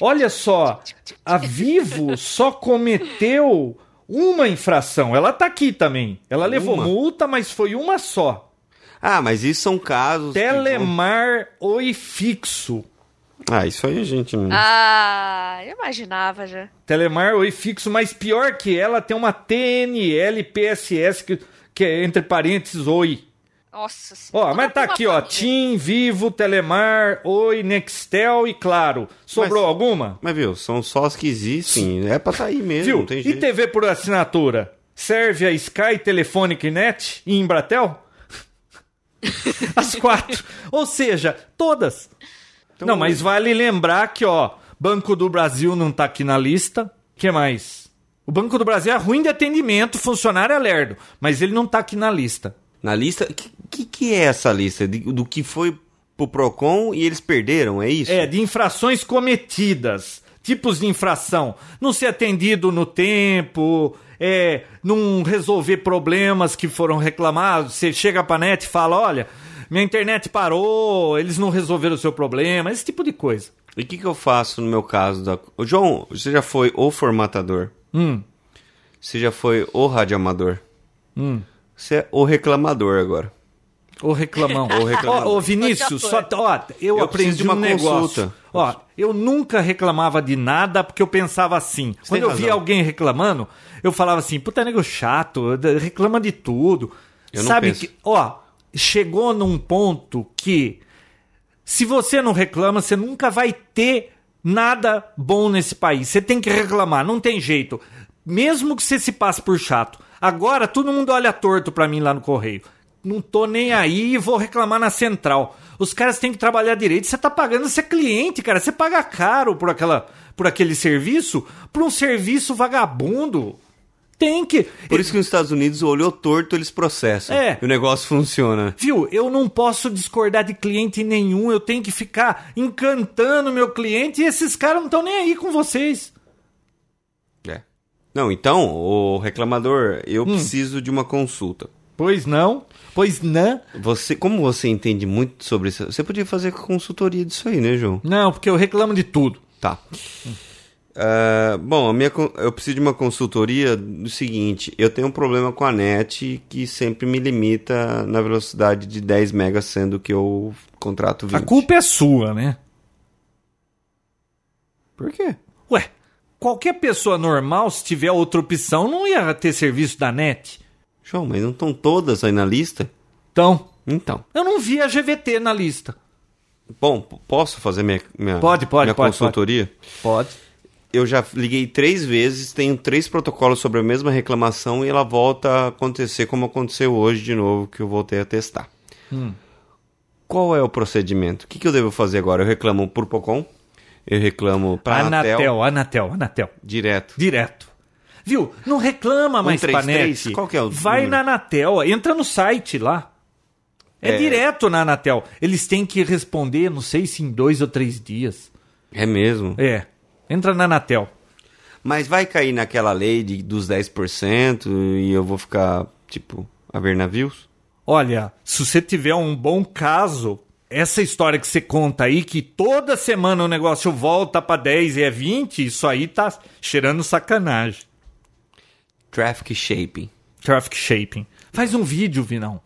[SPEAKER 1] Olha só. A Vivo só cometeu uma infração. Ela tá aqui também. Ela levou
[SPEAKER 3] Uma?
[SPEAKER 1] multa, mas foi uma só.
[SPEAKER 3] Ah, mas isso são casos... que vão-
[SPEAKER 1] Telemar Oi Fixo.
[SPEAKER 3] Ah, isso aí a gente não...
[SPEAKER 2] Ah, eu imaginava já.
[SPEAKER 1] Telemar, oi fixo, mas pior que ela tem uma TNL PSS que, que é entre parênteses oi.
[SPEAKER 2] Nossa senhora.
[SPEAKER 1] Ó, mas tá
[SPEAKER 2] Uma
[SPEAKER 1] aqui, ó,
[SPEAKER 2] família.
[SPEAKER 1] Tim, Vivo, Telemar, Oi, Nextel e Claro. Sobrou
[SPEAKER 3] Mas-
[SPEAKER 1] alguma?
[SPEAKER 3] Mas viu, são só as que existem. É pra sair mesmo,
[SPEAKER 1] Viu?
[SPEAKER 3] não tem
[SPEAKER 1] e
[SPEAKER 3] jeito.
[SPEAKER 1] TV por assinatura? Serve a Sky, Telefônica e Net e Embratel? As quatro. Ou seja, todas.
[SPEAKER 3] Então-
[SPEAKER 1] não, mas vale lembrar que, ó, Banco do Brasil não tá aqui na lista. que mais? O Banco do Brasil é ruim de atendimento, funcionário é lerdo, mas ele não tá aqui na lista.
[SPEAKER 3] Na lista... O que, que, que é essa lista? De- do que foi pro Procon e eles perderam, é isso?
[SPEAKER 1] É, de infrações cometidas. Tipos de infração. Não ser atendido no tempo, é, não resolver problemas que foram reclamados. Você chega pra net e fala: olha, minha internet parou, eles não resolveram o seu problema, esse tipo de coisa.
[SPEAKER 3] E o que, que eu faço no meu caso? Da... Ô, João, você já foi o formatador?
[SPEAKER 1] Hum.
[SPEAKER 3] Você já foi o radioamador?
[SPEAKER 1] Hum.
[SPEAKER 3] Você é o reclamador agora.
[SPEAKER 1] Ô reclamão. Ô
[SPEAKER 3] reclamador.
[SPEAKER 1] Ô, Vinícius,
[SPEAKER 2] Por
[SPEAKER 1] só,
[SPEAKER 2] favor.
[SPEAKER 1] ó, eu,
[SPEAKER 3] Eu preciso
[SPEAKER 1] aprendi
[SPEAKER 3] de uma
[SPEAKER 1] um negócio.
[SPEAKER 3] consulta.
[SPEAKER 1] Ó, eu nunca reclamava de nada porque eu pensava assim. Quando eu
[SPEAKER 3] tem
[SPEAKER 1] via
[SPEAKER 3] razão.
[SPEAKER 1] alguém reclamando, eu falava assim, puta nego chato, d- reclama de tudo.
[SPEAKER 3] Eu não
[SPEAKER 1] Sabe
[SPEAKER 3] penso.
[SPEAKER 1] que, ó, chegou num ponto que se você não reclama, você nunca vai ter nada bom nesse país. Você tem que reclamar, não tem jeito. Mesmo que você se passe por chato. Agora todo mundo olha torto pra mim lá no correio. Não tô nem aí e vou reclamar na central. Os caras têm que trabalhar direito. Você tá pagando, você é cliente, cara. Você paga caro por aquela por aquele serviço, por um serviço vagabundo. Tem que
[SPEAKER 3] Por isso que nos Estados Unidos olhou torto, eles processam.
[SPEAKER 1] É.
[SPEAKER 3] E o negócio funciona.
[SPEAKER 1] Viu? Eu não posso discordar de cliente nenhum. Eu tenho que ficar encantando meu cliente e esses caras não estão nem aí com vocês.
[SPEAKER 3] É. Não, então, o reclamador, eu
[SPEAKER 1] Hum.
[SPEAKER 3] preciso de uma consulta.
[SPEAKER 1] Pois não? Pois não?
[SPEAKER 3] Você, como você entende muito sobre isso, você podia fazer consultoria disso aí, né, João?
[SPEAKER 1] Não, porque eu reclamo de tudo.
[SPEAKER 3] Tá. Ah, bom, a minha, con- eu preciso de uma consultoria do seguinte: eu tenho um problema com a net que sempre me limita na velocidade de 10 megas, sendo que eu contrato 20.
[SPEAKER 1] A culpa é sua, né?
[SPEAKER 3] Por quê?
[SPEAKER 1] Ué, qualquer pessoa normal, se tiver outra opção, não ia ter serviço da net.
[SPEAKER 3] João, mas não estão todas aí na lista?
[SPEAKER 1] Então,
[SPEAKER 3] Então.
[SPEAKER 1] eu não vi a GVT na lista.
[SPEAKER 3] Bom, p- posso fazer minha, minha,
[SPEAKER 1] Pode, pode,
[SPEAKER 3] minha
[SPEAKER 1] pode,
[SPEAKER 3] consultoria?
[SPEAKER 1] Pode.
[SPEAKER 3] Eu já liguei três vezes, tenho três protocolos sobre a mesma reclamação e ela volta a acontecer como aconteceu hoje de novo, que eu voltei a testar.
[SPEAKER 1] Hum.
[SPEAKER 3] Qual é o procedimento? O que, que eu devo fazer agora? Eu reclamo por POCON? Eu reclamo para Anatel,
[SPEAKER 1] Anatel, Anatel, Anatel.
[SPEAKER 3] direto.
[SPEAKER 1] Direto. Viu? Não reclama mais,
[SPEAKER 3] 133?
[SPEAKER 1] Panete.
[SPEAKER 3] Qual que é o
[SPEAKER 1] Vai
[SPEAKER 3] número?
[SPEAKER 1] na Anatel, ó, entra no site lá. É,
[SPEAKER 3] É.
[SPEAKER 1] direto na Anatel. Eles têm que responder, não sei se em dois ou três dias.
[SPEAKER 3] É mesmo.
[SPEAKER 1] É. Entra na Anatel.
[SPEAKER 3] Mas vai cair naquela lei de, dos 10% e eu vou ficar, tipo, a ver navios?
[SPEAKER 1] Olha, se você tiver um bom caso, essa história que você conta aí, que toda semana o negócio volta pra 10 e é 20, isso aí tá cheirando sacanagem.
[SPEAKER 3] Traffic shaping.
[SPEAKER 1] Traffic shaping. Faz um vídeo, Vinão.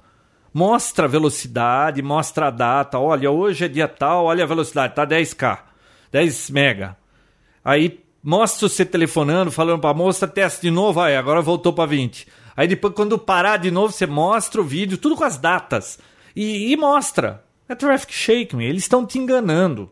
[SPEAKER 1] Mostra a velocidade, mostra a data. Olha, hoje é dia tal, olha a velocidade, tá 10k, 10 mega. Aí mostra você telefonando, falando pra moça, testa de novo, aí agora voltou pra 20. Aí depois, quando parar de novo, você mostra o vídeo, tudo com as datas. E, e mostra. É traffic shaping, eles estão te enganando.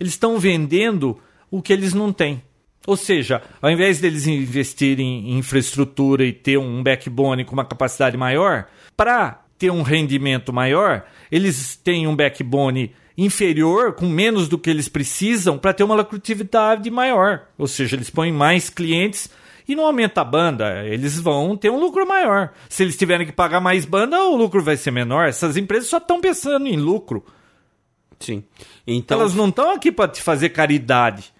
[SPEAKER 1] Eles estão vendendo o que eles não têm. Ou seja, ao invés deles investirem em infraestrutura e ter um backbone com uma capacidade maior, para ter um rendimento maior, eles têm um backbone inferior, com menos do que eles precisam, para ter uma lucratividade maior. Ou seja, eles põem mais clientes e não aumenta a banda. Eles vão ter um lucro maior. Se eles tiverem que pagar mais banda, o lucro vai ser menor. Essas empresas só estão pensando em lucro.
[SPEAKER 3] Sim. Então,
[SPEAKER 1] Elas não estão aqui para te fazer caridade.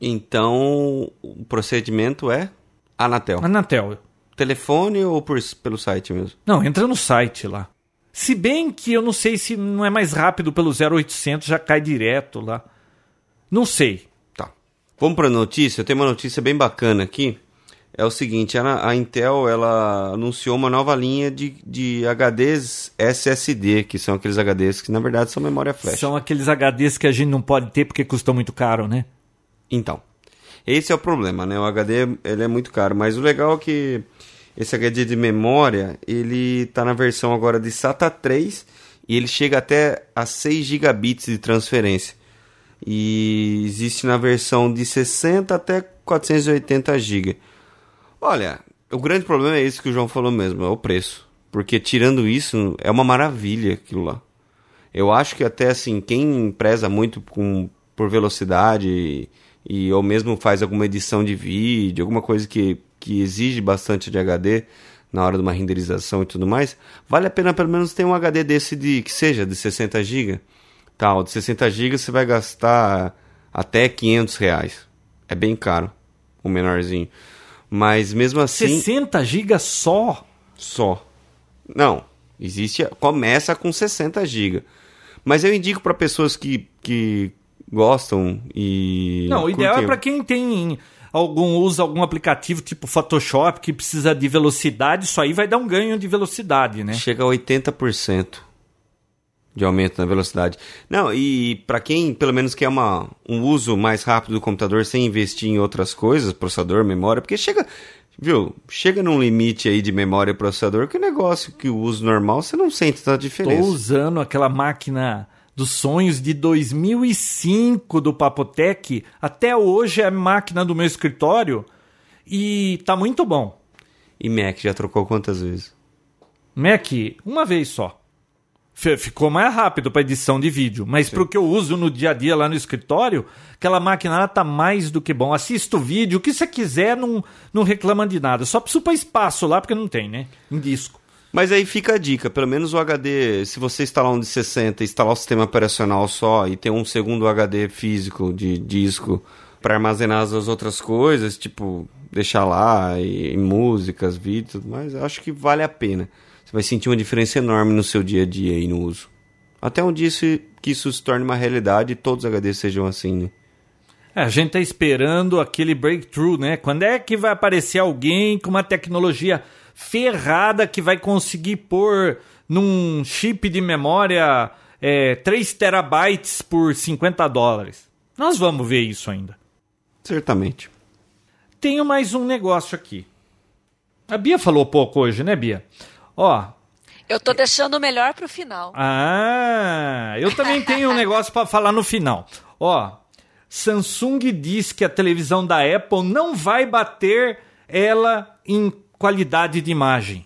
[SPEAKER 3] então, o procedimento é Anatel.
[SPEAKER 1] Anatel,
[SPEAKER 3] Telefone ou por, pelo site mesmo?
[SPEAKER 1] Não, entra no site lá. Se bem que eu não sei se não é mais rápido pelo 0800, já cai direto lá. Não sei.
[SPEAKER 3] Tá. Vamos para notícia. Eu tenho uma notícia bem bacana aqui. É o seguinte, a, a Intel ela anunciou uma nova linha de, de HDs SSD, que são aqueles HDs que na verdade são memória flash.
[SPEAKER 1] São aqueles HDs que a gente não pode ter porque custam muito caro, né?
[SPEAKER 3] Então, esse é o problema, né? O HD ele é muito caro, mas o legal é que esse HD de memória, ele tá na versão agora de SATA 3 e ele chega até a 6 gigabits de transferência. E existe na versão de 60 até 480 GB. Olha, o grande problema é esse que o João falou mesmo, é o preço. Porque tirando isso, é uma maravilha aquilo lá. Eu acho que até assim, quem preza muito com, por velocidade e, e ou mesmo faz alguma edição de vídeo, alguma coisa que, que exige bastante de HD na hora de uma renderização e tudo mais, vale a pena pelo menos ter um HD desse de que seja de 60 GB. Tal, de 60 GB você vai gastar até 500 reais. É bem caro, o menorzinho. Mas mesmo assim,
[SPEAKER 1] 60 GB só?
[SPEAKER 3] só. Não, existe, começa com 60 GB. Mas eu indico para pessoas que, que gostam e
[SPEAKER 1] Não, o ideal é
[SPEAKER 3] curtem.
[SPEAKER 1] para quem tem algum usa algum aplicativo tipo Photoshop que precisa de velocidade, isso aí vai dar um ganho de velocidade, né?
[SPEAKER 3] Chega a 80% de aumento na velocidade. Não, e para quem pelo menos quer uma, um uso mais rápido do computador sem investir em outras coisas, processador, memória, porque chega, viu? Chega num limite aí de memória e processador que o negócio que o uso normal você não sente tanta diferença.
[SPEAKER 1] Estou usando aquela máquina dos sonhos de 2005 do Papotec. Até hoje é a máquina do meu escritório e tá muito bom.
[SPEAKER 3] E Mac já trocou quantas vezes?
[SPEAKER 1] Mac, uma vez só. F- Ficou mais rápido para edição de vídeo, mas pro que eu uso no dia a dia lá no escritório, aquela máquina lá tá mais do que bom. Assista o vídeo, o que você quiser, não, não reclama de nada. Só preciso para espaço lá, porque não tem, né? Em disco.
[SPEAKER 3] Mas aí fica a dica, pelo menos o HD, se você instalar um de 60, instalar o sistema operacional só e ter um segundo HD físico de disco para armazenar as outras coisas, tipo deixar lá e, e músicas, vídeos, e tudo mais, eu acho que vale a pena. Você vai sentir uma diferença enorme no seu dia a dia e no uso. Até um dia isso- que isso se torne uma realidade e todos os HDs sejam assim, né?
[SPEAKER 1] É, a gente tá esperando aquele breakthrough, né? Quando é que vai aparecer alguém com uma tecnologia ferrada que vai conseguir pôr num chip de memória é, 3 terabytes por 50 dólares? Nós vamos ver isso ainda.
[SPEAKER 3] Certamente.
[SPEAKER 1] Tenho mais um negócio aqui. A Bia falou pouco hoje, né, Bia? Ó,
[SPEAKER 2] Eu tô deixando o melhor pro final.
[SPEAKER 1] Ah, eu também tenho um negócio para falar no final. Ó, Samsung diz que a televisão da Apple não vai bater ela em qualidade de imagem.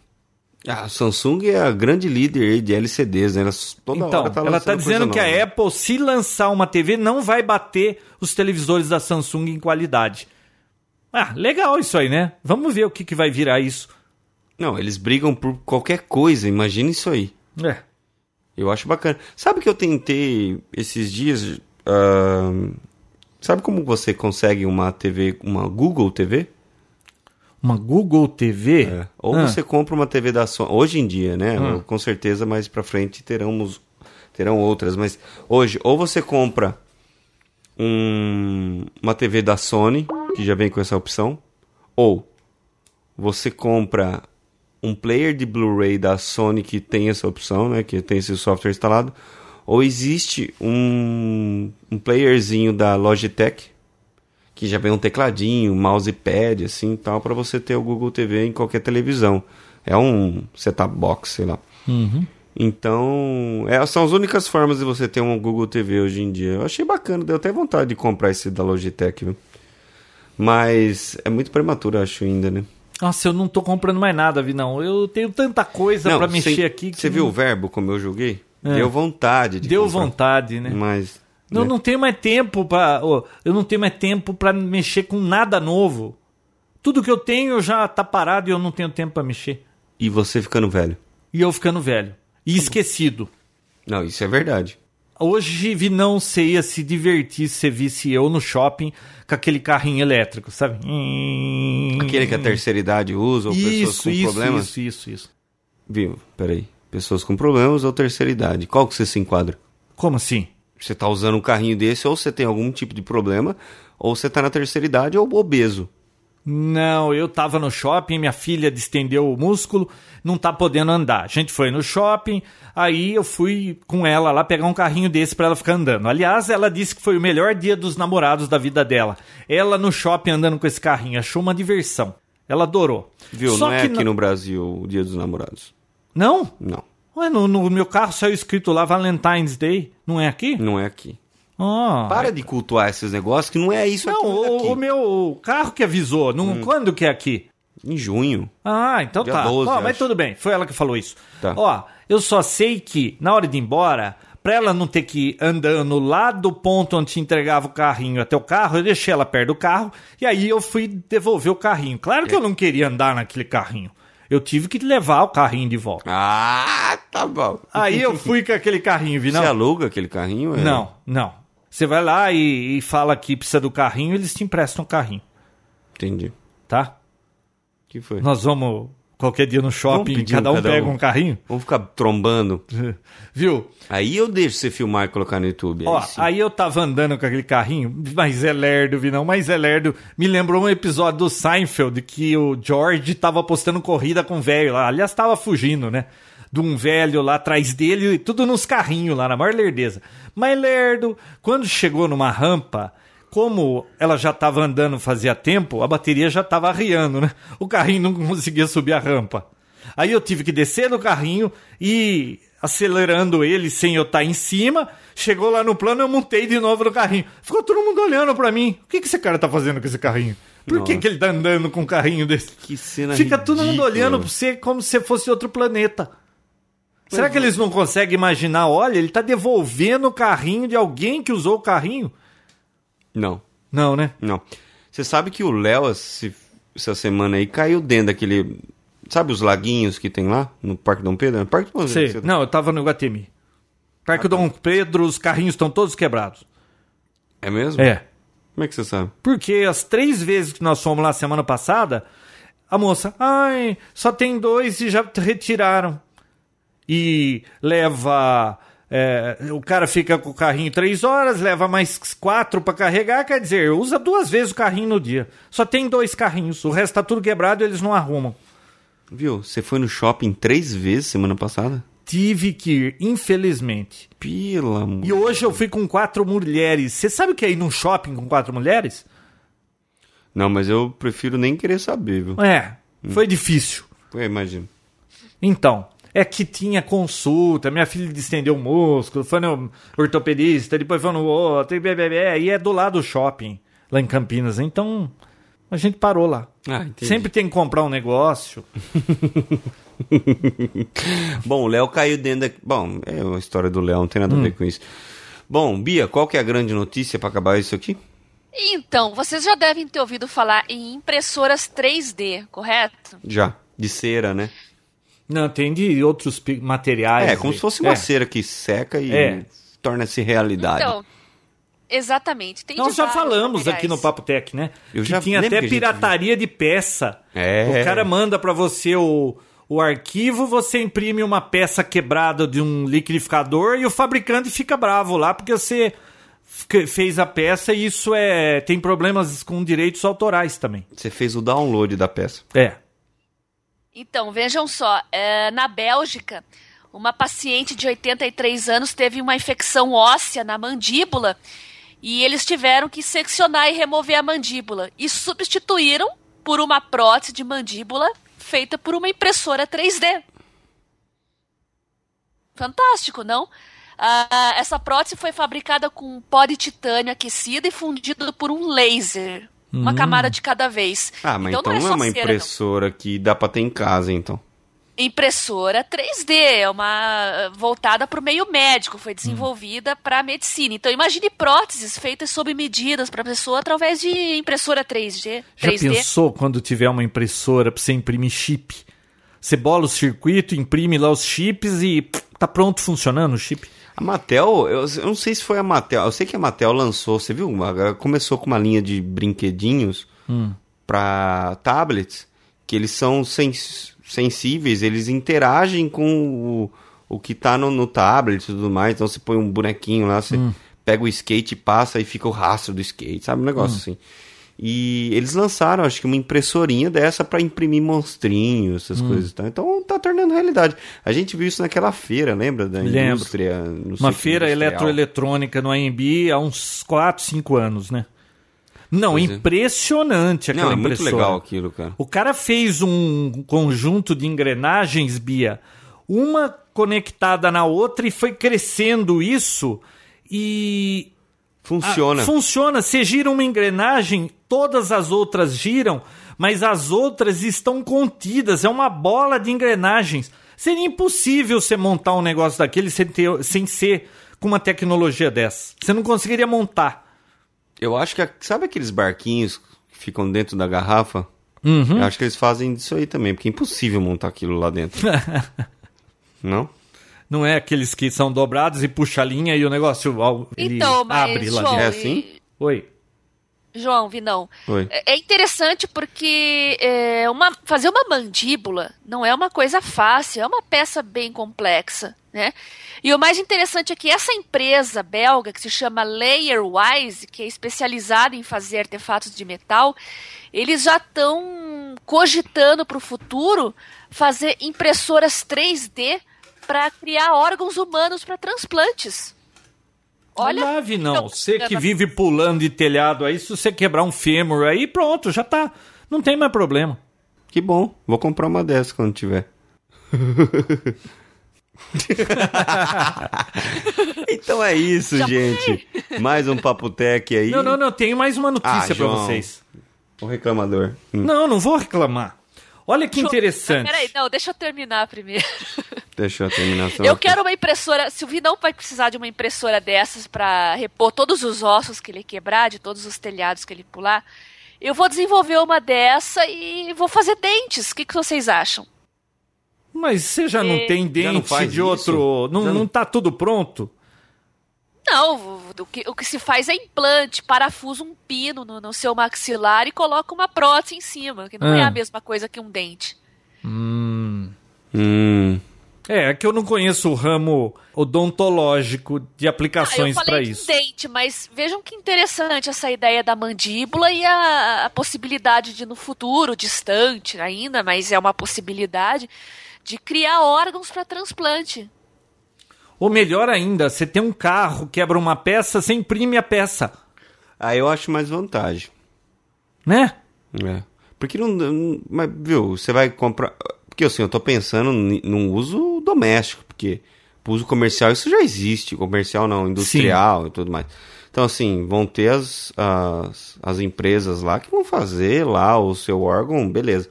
[SPEAKER 3] Ah, a Samsung é a grande líder aí de LCDs, né? Ela toda
[SPEAKER 1] então,
[SPEAKER 3] hora tá
[SPEAKER 1] ela
[SPEAKER 3] está
[SPEAKER 1] está dizendo que a Apple, se lançar uma TV, não vai bater os televisores da Samsung em qualidade. Ah, legal isso aí, né? Vamos ver o que, que vai virar isso.
[SPEAKER 3] Não, eles brigam por qualquer coisa, imagina isso aí.
[SPEAKER 1] É.
[SPEAKER 3] Eu acho bacana. Sabe que eu tentei esses dias. ah, sabe como você consegue uma TV, uma Google TV?
[SPEAKER 1] Uma Google TV?
[SPEAKER 3] É. Ou
[SPEAKER 1] Ah,
[SPEAKER 3] você compra uma TV da Sony. Hoje em dia, né? Com certeza, mais pra frente teremos, terão outras. Mas hoje, ou você compra um- uma TV da Sony, que já vem com essa opção, ou você compra um player de Blu-ray da Sony que tem essa opção, né? Que tem esse software instalado. Ou existe um, um playerzinho da Logitech que já vem um tecladinho, mousepad, assim, e tal, para você ter o Google TV em qualquer televisão. É um setup box, sei lá.
[SPEAKER 1] Uhum.
[SPEAKER 3] Então, é, são as únicas formas de você ter um Google TV hoje em dia. Eu achei bacana, deu até vontade de comprar esse da Logitech, viu? Mas é muito prematuro, eu acho, ainda, né?
[SPEAKER 1] Nossa, eu não tô comprando mais nada, Vi, não. Eu tenho tanta coisa pra mexer aqui que
[SPEAKER 3] Você viu
[SPEAKER 1] não- É.
[SPEAKER 3] o verbo como eu julguei? Deu vontade de
[SPEAKER 1] deu
[SPEAKER 3] comprar,
[SPEAKER 1] vontade, né?
[SPEAKER 3] Mas.
[SPEAKER 1] Não,
[SPEAKER 3] né?
[SPEAKER 1] não tenho mais tempo para eu não tenho mais tempo para mexer com nada novo. Tudo que eu tenho já tá parado e eu não tenho tempo pra mexer.
[SPEAKER 3] E você ficando velho.
[SPEAKER 1] E eu ficando velho e esquecido.
[SPEAKER 3] Não, isso é verdade.
[SPEAKER 1] Hoje vi não você ia se divertir se você visse eu no shopping com aquele carrinho elétrico, sabe?
[SPEAKER 3] Aquele que a terceira idade usa, ou pessoas
[SPEAKER 1] Hum. isso,
[SPEAKER 3] com
[SPEAKER 1] isso,
[SPEAKER 3] problemas.
[SPEAKER 1] isso, isso, isso.
[SPEAKER 3] Viu, peraí. Pessoas com problemas ou terceira idade? Qual que você se enquadra?
[SPEAKER 1] Como assim?
[SPEAKER 3] Você tá usando um carrinho desse, ou você tem algum tipo de problema, ou você tá na terceira idade ou obeso.
[SPEAKER 1] Não, eu tava no shopping, minha filha distendeu o músculo, não tá podendo andar. A gente foi no shopping, aí eu fui com ela lá pegar um carrinho desse pra ela ficar andando. Aliás, ela disse que foi o melhor dia dos namorados da vida dela. Ela no shopping andando com esse carrinho, achou uma diversão. Ela adorou.
[SPEAKER 3] Viu?
[SPEAKER 1] Só
[SPEAKER 3] não é
[SPEAKER 1] que
[SPEAKER 3] aqui
[SPEAKER 1] na-
[SPEAKER 3] no Brasil o dia dos namorados.
[SPEAKER 1] Não?
[SPEAKER 3] Não,
[SPEAKER 1] Ué, no, no meu carro saiu escrito lá Valentine's Day, não é aqui?
[SPEAKER 3] não é aqui.
[SPEAKER 1] Ah.
[SPEAKER 3] Para de cultuar esses negócios, que não é isso
[SPEAKER 1] Não,
[SPEAKER 3] aqui. Hum. não é
[SPEAKER 1] o,
[SPEAKER 3] daqui.
[SPEAKER 1] o meu carro que avisou, não, quando que é aqui?
[SPEAKER 3] Em junho.
[SPEAKER 1] Ah, então
[SPEAKER 3] Dia
[SPEAKER 1] tá.
[SPEAKER 3] 12,
[SPEAKER 1] Ó,
[SPEAKER 3] eu
[SPEAKER 1] mas
[SPEAKER 3] acho.
[SPEAKER 1] tudo bem, foi ela que falou isso.
[SPEAKER 3] Tá.
[SPEAKER 1] Ó, eu só sei que na hora de ir embora, pra ela não ter que ir andando lá do ponto onde te entregava o carrinho até o carro, eu deixei ela perto do carro e aí eu fui devolver o carrinho. Claro que eu não queria andar naquele carrinho. Eu tive que levar o carrinho de volta.
[SPEAKER 3] Ah, tá bom.
[SPEAKER 1] Aí eu fui com aquele carrinho, vi
[SPEAKER 3] Você é
[SPEAKER 1] não?
[SPEAKER 3] aluga aquele carrinho? é?
[SPEAKER 1] Não, não. Você vai lá e, e fala que precisa do carrinho, eles te emprestam o carrinho,
[SPEAKER 3] Entendi.
[SPEAKER 1] tá?
[SPEAKER 3] que foi?
[SPEAKER 1] Nós vamos qualquer dia no shopping,
[SPEAKER 3] pedir um
[SPEAKER 1] cada um
[SPEAKER 3] cada
[SPEAKER 1] pega
[SPEAKER 3] um.
[SPEAKER 1] um carrinho,
[SPEAKER 3] Vamos ficar trombando.
[SPEAKER 1] viu?
[SPEAKER 3] Aí eu deixo você filmar e colocar no YouTube. é
[SPEAKER 1] Ó,
[SPEAKER 3] aí sim.
[SPEAKER 1] aí eu tava andando com aquele carrinho, mas é lerdo, Vinão, mas é lerdo. Me lembrou um episódio do Seinfeld que o George tava postando corrida com um velho lá. Aliás, tava fugindo, né? De um velho lá atrás dele, e tudo nos carrinhos lá, na maior lerdeza. Mas lerdo, quando chegou numa rampa, como ela já tava andando fazia tempo, a bateria já tava arriando, né? O carrinho não conseguia subir a rampa. Aí eu tive que descer do carrinho e acelerando ele sem eu estar em cima. Chegou lá no plano, eu montei de novo no carrinho. Ficou todo mundo olhando pra mim. O que, que esse cara tá fazendo com esse carrinho? Por que, que ele tá andando com um carrinho desse?
[SPEAKER 3] Que cena
[SPEAKER 1] Fica todo mundo
[SPEAKER 3] ridícula.
[SPEAKER 1] olhando pra você como se fosse outro planeta. Será
[SPEAKER 3] é.
[SPEAKER 1] que eles não conseguem imaginar? Olha, ele tá devolvendo o carrinho de alguém que usou o carrinho?
[SPEAKER 3] Não.
[SPEAKER 1] Não, né?
[SPEAKER 3] Não. Você sabe que o Léo, esse- essa semana aí, caiu dentro daquele. Sabe os laguinhos que tem lá no Parque Dom Pedro? É Parque Dom
[SPEAKER 1] Sei.
[SPEAKER 3] Pedro.
[SPEAKER 1] Não, eu tava no Guatemi. Parque Dom Pedro, os carrinhos estão todos quebrados.
[SPEAKER 3] É mesmo?
[SPEAKER 1] É.
[SPEAKER 3] Como é que você sabe?
[SPEAKER 1] Porque as três vezes que nós fomos lá semana passada, a moça, ai, só tem dois e já te retiraram. E leva. é, o cara fica com o carrinho três horas, leva mais quatro pra carregar, quer dizer, usa duas vezes o carrinho no dia. Só tem dois carrinhos, o resto tá tudo quebrado e eles não arrumam.
[SPEAKER 3] Viu? Você foi no shopping três vezes semana passada?
[SPEAKER 1] Tive que ir, infelizmente.
[SPEAKER 3] Pila, amor.
[SPEAKER 1] E hoje eu fui com quatro mulheres. Você sabe o que é ir num shopping com quatro mulheres?
[SPEAKER 3] Não, mas eu prefiro nem querer saber, viu?
[SPEAKER 1] É, foi difícil.
[SPEAKER 3] Eu imagino.
[SPEAKER 1] Então, É que tinha consulta, minha filha distendeu o músculo, foi no ortopedista, depois foi no outro, e, blá, blá, blá, e é do lado do shopping, lá em Campinas. Então, a gente parou lá.
[SPEAKER 3] Ah, entendi.
[SPEAKER 1] Sempre tem que comprar um negócio.
[SPEAKER 3] Bom, o Léo caiu dentro da... Bom, é a história do Léo, não tem nada
[SPEAKER 1] Hum.
[SPEAKER 3] a ver com isso. Bom, Bia, qual que é a grande notícia pra acabar isso aqui?
[SPEAKER 2] Então, vocês já devem ter ouvido falar em impressoras 3D, correto?
[SPEAKER 3] Já. De cera, né?
[SPEAKER 1] Não, tem de outros pi- materiais.
[SPEAKER 3] é, como
[SPEAKER 1] né?
[SPEAKER 3] se fosse uma
[SPEAKER 1] É.
[SPEAKER 3] cera que seca e
[SPEAKER 1] É.
[SPEAKER 3] torna-se realidade.
[SPEAKER 2] Então, exatamente. Tem
[SPEAKER 1] Nós
[SPEAKER 2] de
[SPEAKER 1] já
[SPEAKER 2] vários
[SPEAKER 1] falamos
[SPEAKER 2] materiais.
[SPEAKER 1] aqui no Papo Tech, né?
[SPEAKER 3] Eu
[SPEAKER 1] que
[SPEAKER 3] já
[SPEAKER 1] tinha
[SPEAKER 3] lembro
[SPEAKER 1] até
[SPEAKER 3] que a gente
[SPEAKER 1] pirataria de peça.
[SPEAKER 3] É.
[SPEAKER 1] O cara manda pra você o, o arquivo, você imprime uma peça quebrada de um liquidificador e o fabricante fica bravo lá porque você f- fez a peça e isso é tem problemas com direitos autorais também.
[SPEAKER 3] Você fez o download da peça.
[SPEAKER 1] É.
[SPEAKER 2] Então, vejam só, é, na Bélgica, uma paciente de 83 anos teve uma infecção óssea na mandíbula e eles tiveram que seccionar e remover a mandíbula e substituíram por uma prótese de mandíbula feita por uma impressora 3D. Fantástico, não? Ah, essa prótese foi fabricada com um pó de titânio aquecido e fundido por um laser. Uma camada de cada vez.
[SPEAKER 3] Hum. Ah, mas então, não é,
[SPEAKER 2] só
[SPEAKER 3] uma
[SPEAKER 2] cera, não
[SPEAKER 3] impressora que dá pra ter em casa, então.
[SPEAKER 2] impressora 3D, é uma eh, voltada para o meio médico, foi
[SPEAKER 1] Hum.
[SPEAKER 2] desenvolvida para a medicina. Então imagine próteses feitas sob medidas para a pessoa através de impressora 3G,
[SPEAKER 1] Já
[SPEAKER 2] 3D.
[SPEAKER 1] pensou quando tiver uma impressora pra você imprimir chip? Você bola o circuito, imprime lá os chips e pff, tá pronto funcionando o chip?
[SPEAKER 3] A Mattel, eu, eu não sei se foi a Mattel, eu sei que a Mattel lançou, você viu? Uma- ela Começou com uma linha de brinquedinhos pra tablets, que eles são sens- sensíveis, eles interagem com o, o que tá no, no tablet e tudo mais. Então você põe um bonequinho lá, você
[SPEAKER 1] Hum.
[SPEAKER 3] pega o skate, passa e fica o rastro do skate, sabe? Um
[SPEAKER 1] Hum.
[SPEAKER 3] negócio assim. E eles lançaram, acho que uma impressorinha dessa pra imprimir monstrinhos,
[SPEAKER 1] Hum.
[SPEAKER 3] essas coisas e tal. Então tá tornando realidade. A gente viu isso naquela feira, lembra? Da
[SPEAKER 1] Lembro.
[SPEAKER 3] indústria. não sei
[SPEAKER 1] Uma
[SPEAKER 3] que
[SPEAKER 1] feira
[SPEAKER 3] industrial.
[SPEAKER 1] eletroeletrônica no AMB há uns 4, 5 anos, né? Não,
[SPEAKER 3] Pois é.
[SPEAKER 1] impressionante aquela
[SPEAKER 3] Não, é muito
[SPEAKER 1] impressora. Ah,
[SPEAKER 3] legal aquilo, cara.
[SPEAKER 1] O cara fez um conjunto de engrenagens, Bia, uma conectada na outra e foi crescendo isso e
[SPEAKER 3] Funciona.
[SPEAKER 1] ah, funciona. Você gira uma engrenagem, todas as outras giram, mas as outras estão contidas. É uma bola de engrenagens. Seria impossível você montar um negócio daquele sem, ter- sem ser com uma tecnologia dessa. Você não conseguiria montar.
[SPEAKER 3] Eu acho que. a- Sabe aqueles barquinhos que ficam dentro da garrafa?
[SPEAKER 1] Uhum.
[SPEAKER 3] Eu acho que eles fazem disso aí também, porque é impossível montar aquilo lá dentro. Não?
[SPEAKER 1] Não é aqueles que são dobrados e puxa a linha e o negócio ó, ele
[SPEAKER 2] Então, mas
[SPEAKER 1] abre lá
[SPEAKER 2] João,
[SPEAKER 1] dentro.
[SPEAKER 3] É assim?
[SPEAKER 1] Oi.
[SPEAKER 2] João, Vinão,
[SPEAKER 3] Oi.
[SPEAKER 2] É é interessante porque é, uma- fazer uma mandíbula não é uma coisa fácil, é uma peça bem complexa, né? E o mais interessante é que essa empresa belga, que se chama Layerwise, que é especializada em fazer artefatos de metal, eles já estão cogitando para o futuro fazer impressoras 3D para criar órgãos humanos para transplantes. Olha,
[SPEAKER 1] Olha, Lave, não.
[SPEAKER 2] então,
[SPEAKER 1] Você que
[SPEAKER 2] bacana.
[SPEAKER 1] vive pulando de telhado aí, se você quebrar um fêmur aí, pronto, já tá. Não tem mais problema.
[SPEAKER 3] Que bom. Vou comprar uma dessa quando tiver. então é isso, gente. Mais um Papo Tech aí.
[SPEAKER 1] Não, não, não. Tenho mais uma
[SPEAKER 3] Ah,
[SPEAKER 1] notícia pra
[SPEAKER 3] João.
[SPEAKER 1] vocês.
[SPEAKER 3] O reclamador. Hum,
[SPEAKER 1] Não, não vou reclamar. Olha que interessante.
[SPEAKER 2] Ah, Peraí, tá- não, deixa eu terminar primeiro.
[SPEAKER 3] Deixa eu terminar. só.
[SPEAKER 2] Eu quero uma impressora. Se o Vinão vai precisar de uma impressora dessas para repor todos os ossos que ele quebrar, de todos os telhados que ele pular, eu vou desenvolver uma dessa e vou fazer dentes. O que, que vocês acham?
[SPEAKER 1] Mas você já não
[SPEAKER 2] É.
[SPEAKER 1] tem
[SPEAKER 3] Já não
[SPEAKER 1] dente
[SPEAKER 3] faz
[SPEAKER 1] de
[SPEAKER 3] isso?
[SPEAKER 1] outro. Não,
[SPEAKER 3] Já
[SPEAKER 1] não...
[SPEAKER 3] não-
[SPEAKER 1] tá tudo pronto?
[SPEAKER 2] Não, o- o que, o que se faz é implante, parafusa um pino no, no seu maxilar e coloca uma prótese em cima, que não é
[SPEAKER 1] Ah.
[SPEAKER 2] a mesma coisa que um dente.
[SPEAKER 3] Hum.
[SPEAKER 1] É, é que eu não conheço o ramo odontológico de
[SPEAKER 2] Ah, eu
[SPEAKER 1] aplicações pra
[SPEAKER 2] falei de
[SPEAKER 1] isso.
[SPEAKER 2] dente, mas vejam que interessante essa ideia da mandíbula e a, a possibilidade de, no futuro, distante ainda, mas é uma possibilidade, de criar órgãos para transplante.
[SPEAKER 1] Ou melhor ainda, você tem um carro, quebra uma peça, você imprime a peça,
[SPEAKER 3] Aí Ah, eu acho mais vantagem.
[SPEAKER 1] né?
[SPEAKER 3] É. Porque não, não- Mas, viu, você vai comprar. Porque assim, eu tô pensando n- num uso uso doméstico, porque pro uso comercial isso já existe, comercial não, industrial e tudo mais. Então, assim, vão ter as, as, as empresas lá que vão fazer lá o seu órgão, beleza.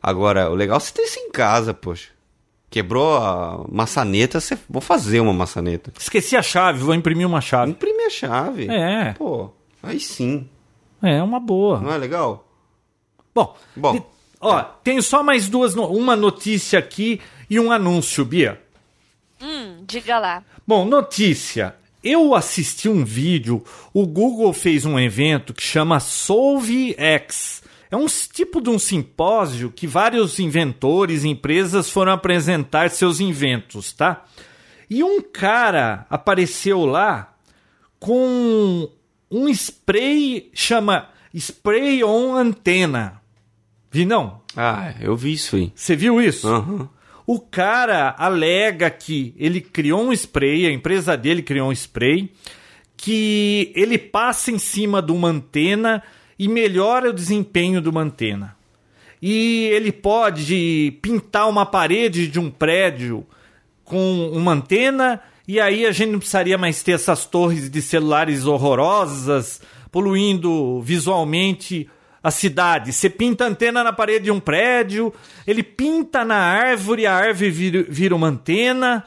[SPEAKER 3] Agora, o legal é você ter isso em casa, poxa. Quebrou a maçaneta, você... vou fazer uma maçaneta.
[SPEAKER 1] Esqueci a chave, vou imprimir uma chave.
[SPEAKER 3] Imprimir a chave.
[SPEAKER 1] É.
[SPEAKER 3] Pô, aí sim.
[SPEAKER 1] É uma boa.
[SPEAKER 3] Não é legal?
[SPEAKER 1] Bom,
[SPEAKER 3] Bom.
[SPEAKER 1] de- ó, tenho só mais duas, no- uma notícia aqui e um anúncio, Bia.
[SPEAKER 2] Hum, diga lá.
[SPEAKER 1] Bom, notícia. Eu assisti um vídeo, o Google fez um evento que chama Solve X. É um s- tipo de um simpósio que vários inventores e empresas foram apresentar seus inventos, tá? E um cara apareceu lá com um spray chama Spray on Antena. Vi não?
[SPEAKER 3] Ah, eu vi isso aí.
[SPEAKER 1] Você viu isso?
[SPEAKER 3] Aham.
[SPEAKER 1] O cara alega que ele criou um spray, a empresa dele criou um spray, que ele passa em cima de uma antena e melhora o desempenho de uma antena. E ele pode pintar uma parede de um prédio com uma antena, e aí a gente não precisaria mais ter essas torres de celulares horrorosas poluindo visualmente a cidade. Você pinta a antena na parede de um prédio, ele pinta na árvore, a árvore vira, vira uma antena.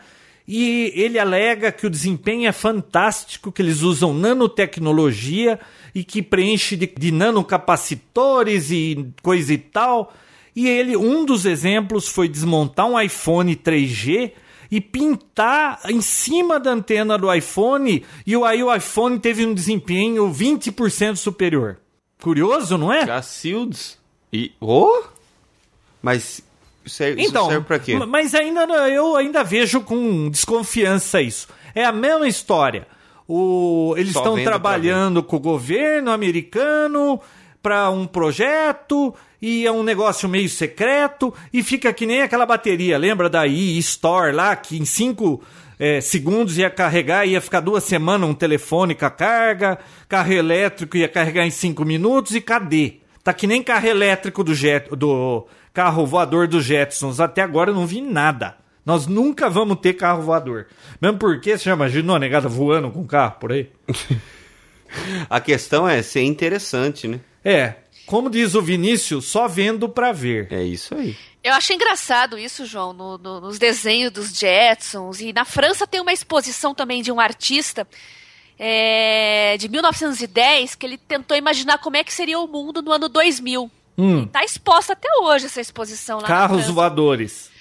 [SPEAKER 1] E ele alega que o desempenho é fantástico, que eles usam nanotecnologia e que preenche de, de nanocapacitores e coisa e tal. E ele, um dos exemplos foi desmontar um iPhone 3G e pintar em cima da antena do iPhone, e o- aí o iPhone teve um desempenho 20% superior. Curioso, não é?
[SPEAKER 3] Cacildes. E. Ô? Mas isso, é,
[SPEAKER 1] Então,
[SPEAKER 3] isso serve pra quê?
[SPEAKER 1] ma- mas ainda não- eu ainda vejo com desconfiança isso. É a mesma história. O, eles
[SPEAKER 3] Só
[SPEAKER 1] estão
[SPEAKER 3] vendo pra
[SPEAKER 1] trabalhando com o governo americano para um projeto e é um negócio meio secreto e fica que nem aquela bateria, lembra da e-Store lá que em cinco eh, segundos ia carregar, ia ficar duas semanas um telefone com a carga, carro elétrico ia carregar em cinco minutos e cadê? Tá que nem carro elétrico do, jet, do carro voador dos Jetsons. Até agora eu não vi nada. Nós nunca vamos ter carro voador. Mesmo porque se chama uma negada voando com carro por aí.
[SPEAKER 3] A questão é ser interessante, né?
[SPEAKER 1] É, como diz o Vinícius, só vendo pra ver.
[SPEAKER 3] É isso aí.
[SPEAKER 2] Eu acho engraçado isso, João, no- no- nos desenhos dos Jetsons. E na França tem uma exposição também de um artista é, de 1910 que ele tentou imaginar como é que seria o mundo no ano 2000.
[SPEAKER 1] Hum,
[SPEAKER 2] Tá exposta até hoje essa exposição lá. na
[SPEAKER 1] carros
[SPEAKER 2] França.
[SPEAKER 1] voadores.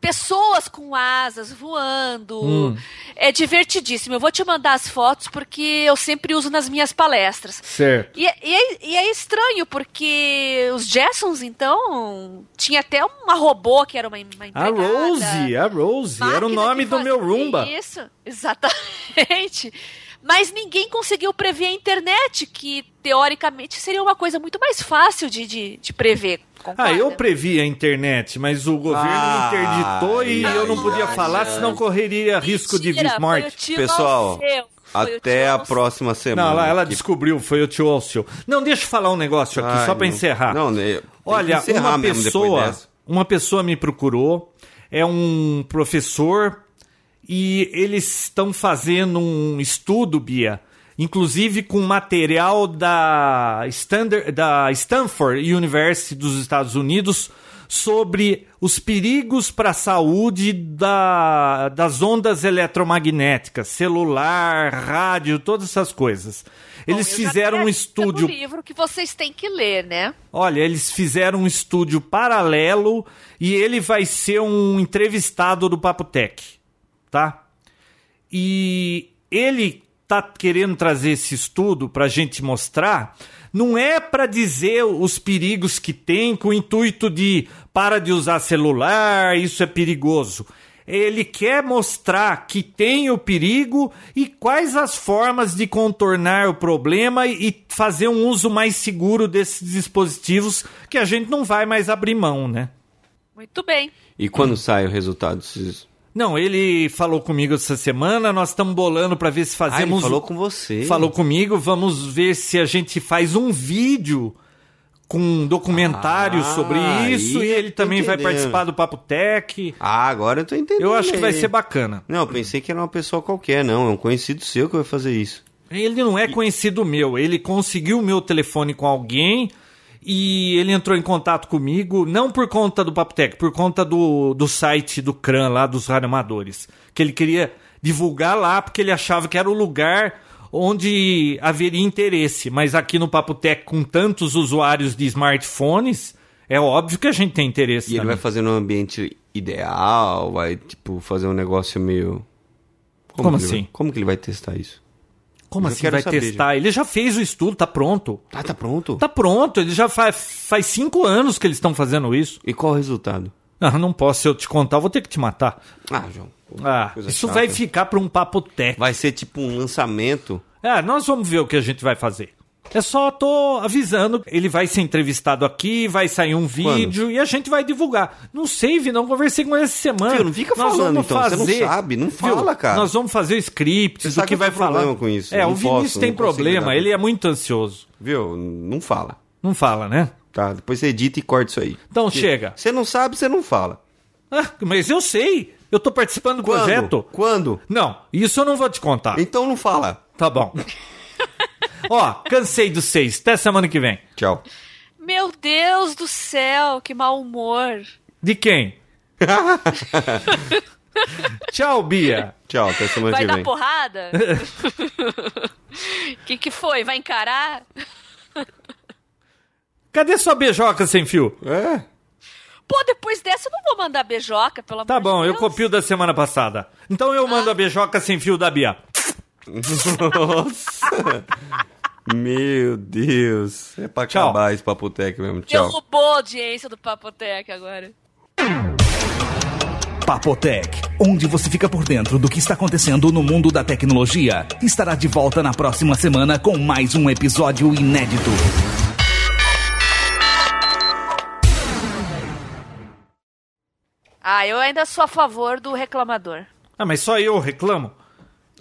[SPEAKER 2] Pessoas com asas voando.
[SPEAKER 1] Hum.
[SPEAKER 2] É divertidíssimo. Eu vou te mandar as fotos porque eu sempre uso nas minhas palestras.
[SPEAKER 1] Certo.
[SPEAKER 2] E, é- e é, e é estranho, porque os Jetsons, então, tinha até uma robô que era uma, uma
[SPEAKER 1] A
[SPEAKER 2] empregada.
[SPEAKER 1] Rose, a Rose. Era o
[SPEAKER 2] máquina
[SPEAKER 1] nome
[SPEAKER 2] que
[SPEAKER 1] do meu
[SPEAKER 2] fazia
[SPEAKER 1] Roomba.
[SPEAKER 2] Isso, exatamente. Mas ninguém conseguiu prever a internet, que teoricamente seria uma coisa muito mais fácil de, de, de prever.
[SPEAKER 1] Ah,
[SPEAKER 2] concorda?
[SPEAKER 1] eu previ a internet, mas o governo
[SPEAKER 3] Ah,
[SPEAKER 1] interditou e eu não podia
[SPEAKER 2] ai,
[SPEAKER 1] falar,
[SPEAKER 2] ai.
[SPEAKER 1] senão correria risco de
[SPEAKER 2] Mentira,
[SPEAKER 1] vida
[SPEAKER 2] foi
[SPEAKER 1] e
[SPEAKER 2] o
[SPEAKER 1] morte.
[SPEAKER 2] tio
[SPEAKER 3] Pessoal,
[SPEAKER 2] Alceu, foi o
[SPEAKER 3] Até
[SPEAKER 2] tio
[SPEAKER 3] a
[SPEAKER 2] Alceu.
[SPEAKER 3] próxima semana.
[SPEAKER 1] Não, ela, ela
[SPEAKER 3] Que-
[SPEAKER 1] descobriu, foi o tio Alceu. Não, deixa eu falar um negócio aqui,
[SPEAKER 3] Ai,
[SPEAKER 1] só pra
[SPEAKER 3] não.
[SPEAKER 1] encerrar.
[SPEAKER 3] Não, né, tem que
[SPEAKER 1] Olha,
[SPEAKER 3] encerrar
[SPEAKER 1] uma
[SPEAKER 3] mesmo depois
[SPEAKER 1] pessoa,
[SPEAKER 3] dessa.
[SPEAKER 1] uma pessoa me procurou, é um professor e eles estão fazendo um estudo, Bia, inclusive com material da, Standard, da Stanford University dos Estados Unidos sobre os perigos para a saúde da- das ondas eletromagnéticas, celular, rádio, todas essas coisas.
[SPEAKER 2] Bom,
[SPEAKER 1] Eles
[SPEAKER 2] eu já
[SPEAKER 1] fizeram
[SPEAKER 2] tenho
[SPEAKER 1] um
[SPEAKER 2] a dica do
[SPEAKER 1] estúdio
[SPEAKER 2] livro que vocês têm que ler, né?
[SPEAKER 1] Olha, eles fizeram um estúdio paralelo e ele vai ser um entrevistado do Papo Tech, tá? E ele tá querendo trazer esse estudo pra gente mostrar, não é pra dizer os perigos que tem com o intuito de para de usar celular, isso é perigoso. Ele quer mostrar que tem o perigo e quais as formas de contornar o problema e e fazer um uso mais seguro desses dispositivos que a gente não vai mais abrir mão, né?
[SPEAKER 2] Muito bem.
[SPEAKER 3] E
[SPEAKER 1] Hum.
[SPEAKER 3] quando sai o resultado desses.
[SPEAKER 1] Não, ele falou comigo essa semana, nós estamos bolando pra ver se
[SPEAKER 3] Ah, ele
[SPEAKER 1] fazemos
[SPEAKER 3] falou com você.
[SPEAKER 1] falou comigo, vamos ver se a gente faz um vídeo com um documentário
[SPEAKER 3] Ah,
[SPEAKER 1] sobre isso
[SPEAKER 3] aí
[SPEAKER 1] e
[SPEAKER 3] eu
[SPEAKER 1] ele
[SPEAKER 3] tô
[SPEAKER 1] também vai
[SPEAKER 3] entendendo.
[SPEAKER 1] participar do Papo Tech.
[SPEAKER 3] Ah, agora eu tô entendendo.
[SPEAKER 1] Eu acho que vai
[SPEAKER 3] aí.
[SPEAKER 1] ser bacana.
[SPEAKER 3] Não, eu pensei que era uma pessoa qualquer, não. É um conhecido seu que vai fazer isso.
[SPEAKER 1] Ele não é conhecido meu, ele conseguiu o meu telefone com alguém e ele entrou em contato comigo, não por conta do Papo Tech, por conta do, do site do CRAN lá, dos radioamadores, que ele queria divulgar lá porque ele achava que era o lugar onde haveria interesse, mas aqui no Papo Tech, com tantos usuários de smartphones, é óbvio que a gente tem interesse.
[SPEAKER 3] E ele
[SPEAKER 1] também.
[SPEAKER 3] vai fazer num ambiente ideal, vai, tipo, fazer um negócio meio.
[SPEAKER 1] Como
[SPEAKER 3] que ele vai-
[SPEAKER 1] assim?
[SPEAKER 3] como que ele vai testar isso?
[SPEAKER 1] Como
[SPEAKER 3] Eu
[SPEAKER 1] assim
[SPEAKER 3] quero
[SPEAKER 1] vai
[SPEAKER 3] saber,
[SPEAKER 1] testar? Ele já fez o estudo, tá pronto.
[SPEAKER 3] Ah, tá pronto?
[SPEAKER 1] Tá pronto, ele já faz, faz cinco anos que eles estão fazendo isso.
[SPEAKER 3] E qual o resultado?
[SPEAKER 1] Ah, não posso, se eu te contar, eu vou ter que te matar.
[SPEAKER 3] Ah, João. pô,
[SPEAKER 1] Ah,
[SPEAKER 3] coisa
[SPEAKER 1] isso
[SPEAKER 3] chata.
[SPEAKER 1] vai ficar para um papo técnico.
[SPEAKER 3] Vai ser tipo um lançamento.
[SPEAKER 1] Ah, nós vamos ver o que a gente vai fazer. É só tô avisando, ele vai ser entrevistado aqui, vai sair um vídeo e a gente vai divulgar. Não sei, Vi, não conversei com ele essa semana.
[SPEAKER 3] Viu, não fica falando, então, você não sabe, não fala, cara.
[SPEAKER 1] Nós vamos fazer o script
[SPEAKER 3] Você
[SPEAKER 1] do
[SPEAKER 3] sabe
[SPEAKER 1] que
[SPEAKER 3] que eu
[SPEAKER 1] vai
[SPEAKER 3] tenho
[SPEAKER 1] falar.
[SPEAKER 3] problema com isso,
[SPEAKER 1] É,
[SPEAKER 3] eu
[SPEAKER 1] o
[SPEAKER 3] não
[SPEAKER 1] Vinícius
[SPEAKER 3] posso,
[SPEAKER 1] tem
[SPEAKER 3] não consigo
[SPEAKER 1] problema,
[SPEAKER 3] dar-
[SPEAKER 1] ele é muito ansioso.
[SPEAKER 3] Viu? Não fala.
[SPEAKER 1] Não fala, né?
[SPEAKER 3] Tá, depois você edita e corta isso aí.
[SPEAKER 1] Então
[SPEAKER 3] Porque
[SPEAKER 1] chega.
[SPEAKER 3] Você não sabe, você não fala.
[SPEAKER 1] Ah, mas eu sei, eu tô participando do
[SPEAKER 3] Quando?
[SPEAKER 1] projeto.
[SPEAKER 3] Quando?
[SPEAKER 1] Não, isso eu não vou te contar.
[SPEAKER 3] Então não fala.
[SPEAKER 1] Tá bom. Ó, cansei dos seis. Até semana que vem.
[SPEAKER 3] Tchau.
[SPEAKER 2] Meu Deus do céu, que mau humor.
[SPEAKER 1] De quem? Tchau, Bia.
[SPEAKER 3] Tchau, até semana
[SPEAKER 2] Vai
[SPEAKER 3] que
[SPEAKER 2] dar
[SPEAKER 3] vem.
[SPEAKER 2] porrada? que que foi? Vai encarar?
[SPEAKER 1] Cadê sua beijoca sem fio?
[SPEAKER 3] É?
[SPEAKER 2] Pô, depois dessa eu não vou mandar beijoca, pelo amor
[SPEAKER 1] Tá
[SPEAKER 2] de
[SPEAKER 1] bom, eu
[SPEAKER 2] Deus.
[SPEAKER 1] copio da semana passada. Então eu
[SPEAKER 3] Ah.
[SPEAKER 1] mando a beijoca sem fio da Bia.
[SPEAKER 3] Nossa. Meu Deus. É pra
[SPEAKER 1] Tchau.
[SPEAKER 3] acabar esse papoteco mesmo. Tchau.
[SPEAKER 2] Derrubou a audiência do Papoteca agora.
[SPEAKER 4] Papotec, onde você fica por dentro do que está acontecendo no mundo da tecnologia, estará de volta na próxima semana com mais um episódio inédito.
[SPEAKER 2] Ah, eu ainda sou a favor do reclamador.
[SPEAKER 1] Ah, mas só eu reclamo?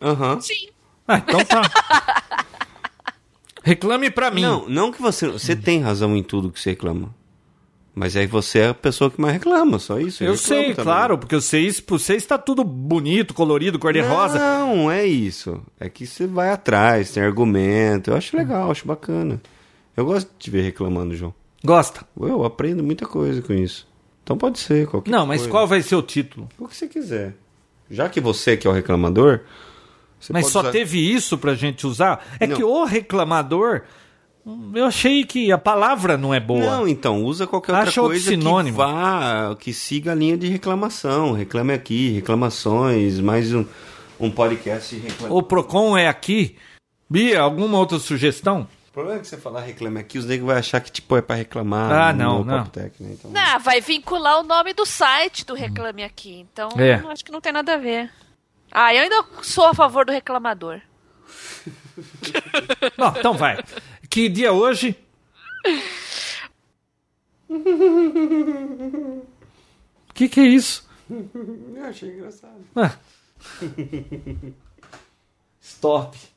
[SPEAKER 3] Aham.
[SPEAKER 2] Sim.
[SPEAKER 1] Ah, então tá. Reclame pra mim.
[SPEAKER 3] Não, não que você. Você tem razão em tudo que você reclama. Mas aí você é a pessoa que mais reclama, só isso.
[SPEAKER 1] eu
[SPEAKER 3] reclamo
[SPEAKER 1] sei,
[SPEAKER 3] também.
[SPEAKER 1] claro, porque eu sei isso. Por vocês tá tudo bonito, colorido,
[SPEAKER 3] Ah.
[SPEAKER 1] cor-de-rosa.
[SPEAKER 3] Não, é isso. É que você vai atrás, tem argumento. Eu acho legal, acho bacana. Eu gosto de te ver reclamando, João.
[SPEAKER 1] Gosta?
[SPEAKER 3] Eu aprendo muita coisa com isso. Então pode ser qualquer
[SPEAKER 1] Não, mas
[SPEAKER 3] coisa.
[SPEAKER 1] qual vai ser o título?
[SPEAKER 3] O que você quiser. Já que você que é o reclamador... você
[SPEAKER 1] Mas
[SPEAKER 3] pode
[SPEAKER 1] só
[SPEAKER 3] usar-
[SPEAKER 1] teve isso pra gente usar? É
[SPEAKER 3] Não.
[SPEAKER 1] que o reclamador, hum, eu achei que a palavra não é boa.
[SPEAKER 3] Não, então, usa qualquer outra
[SPEAKER 1] Acha outro
[SPEAKER 3] coisa
[SPEAKER 1] sinônimo.
[SPEAKER 3] que vá, que siga a linha de reclamação. Reclame aqui, reclamações, mais um, um podcast de reclamação.
[SPEAKER 1] O Procon é aqui. Bia, alguma outra sugestão?
[SPEAKER 3] O problema é que você falar reclame aqui, os negros vão achar que tipo é pra reclamar.
[SPEAKER 1] Ah, não,
[SPEAKER 3] é o
[SPEAKER 1] não.
[SPEAKER 3] Papotec, né? Então,
[SPEAKER 2] Ah, vai vincular o nome do site do Reclame Aqui. Então,
[SPEAKER 1] É.
[SPEAKER 2] eu acho que não tem nada a ver. Ah, eu ainda sou a favor do reclamador.
[SPEAKER 1] Não, então vai. Que dia é hoje? O que, que é isso?
[SPEAKER 3] Eu achei engraçado.
[SPEAKER 1] Ah. Stop.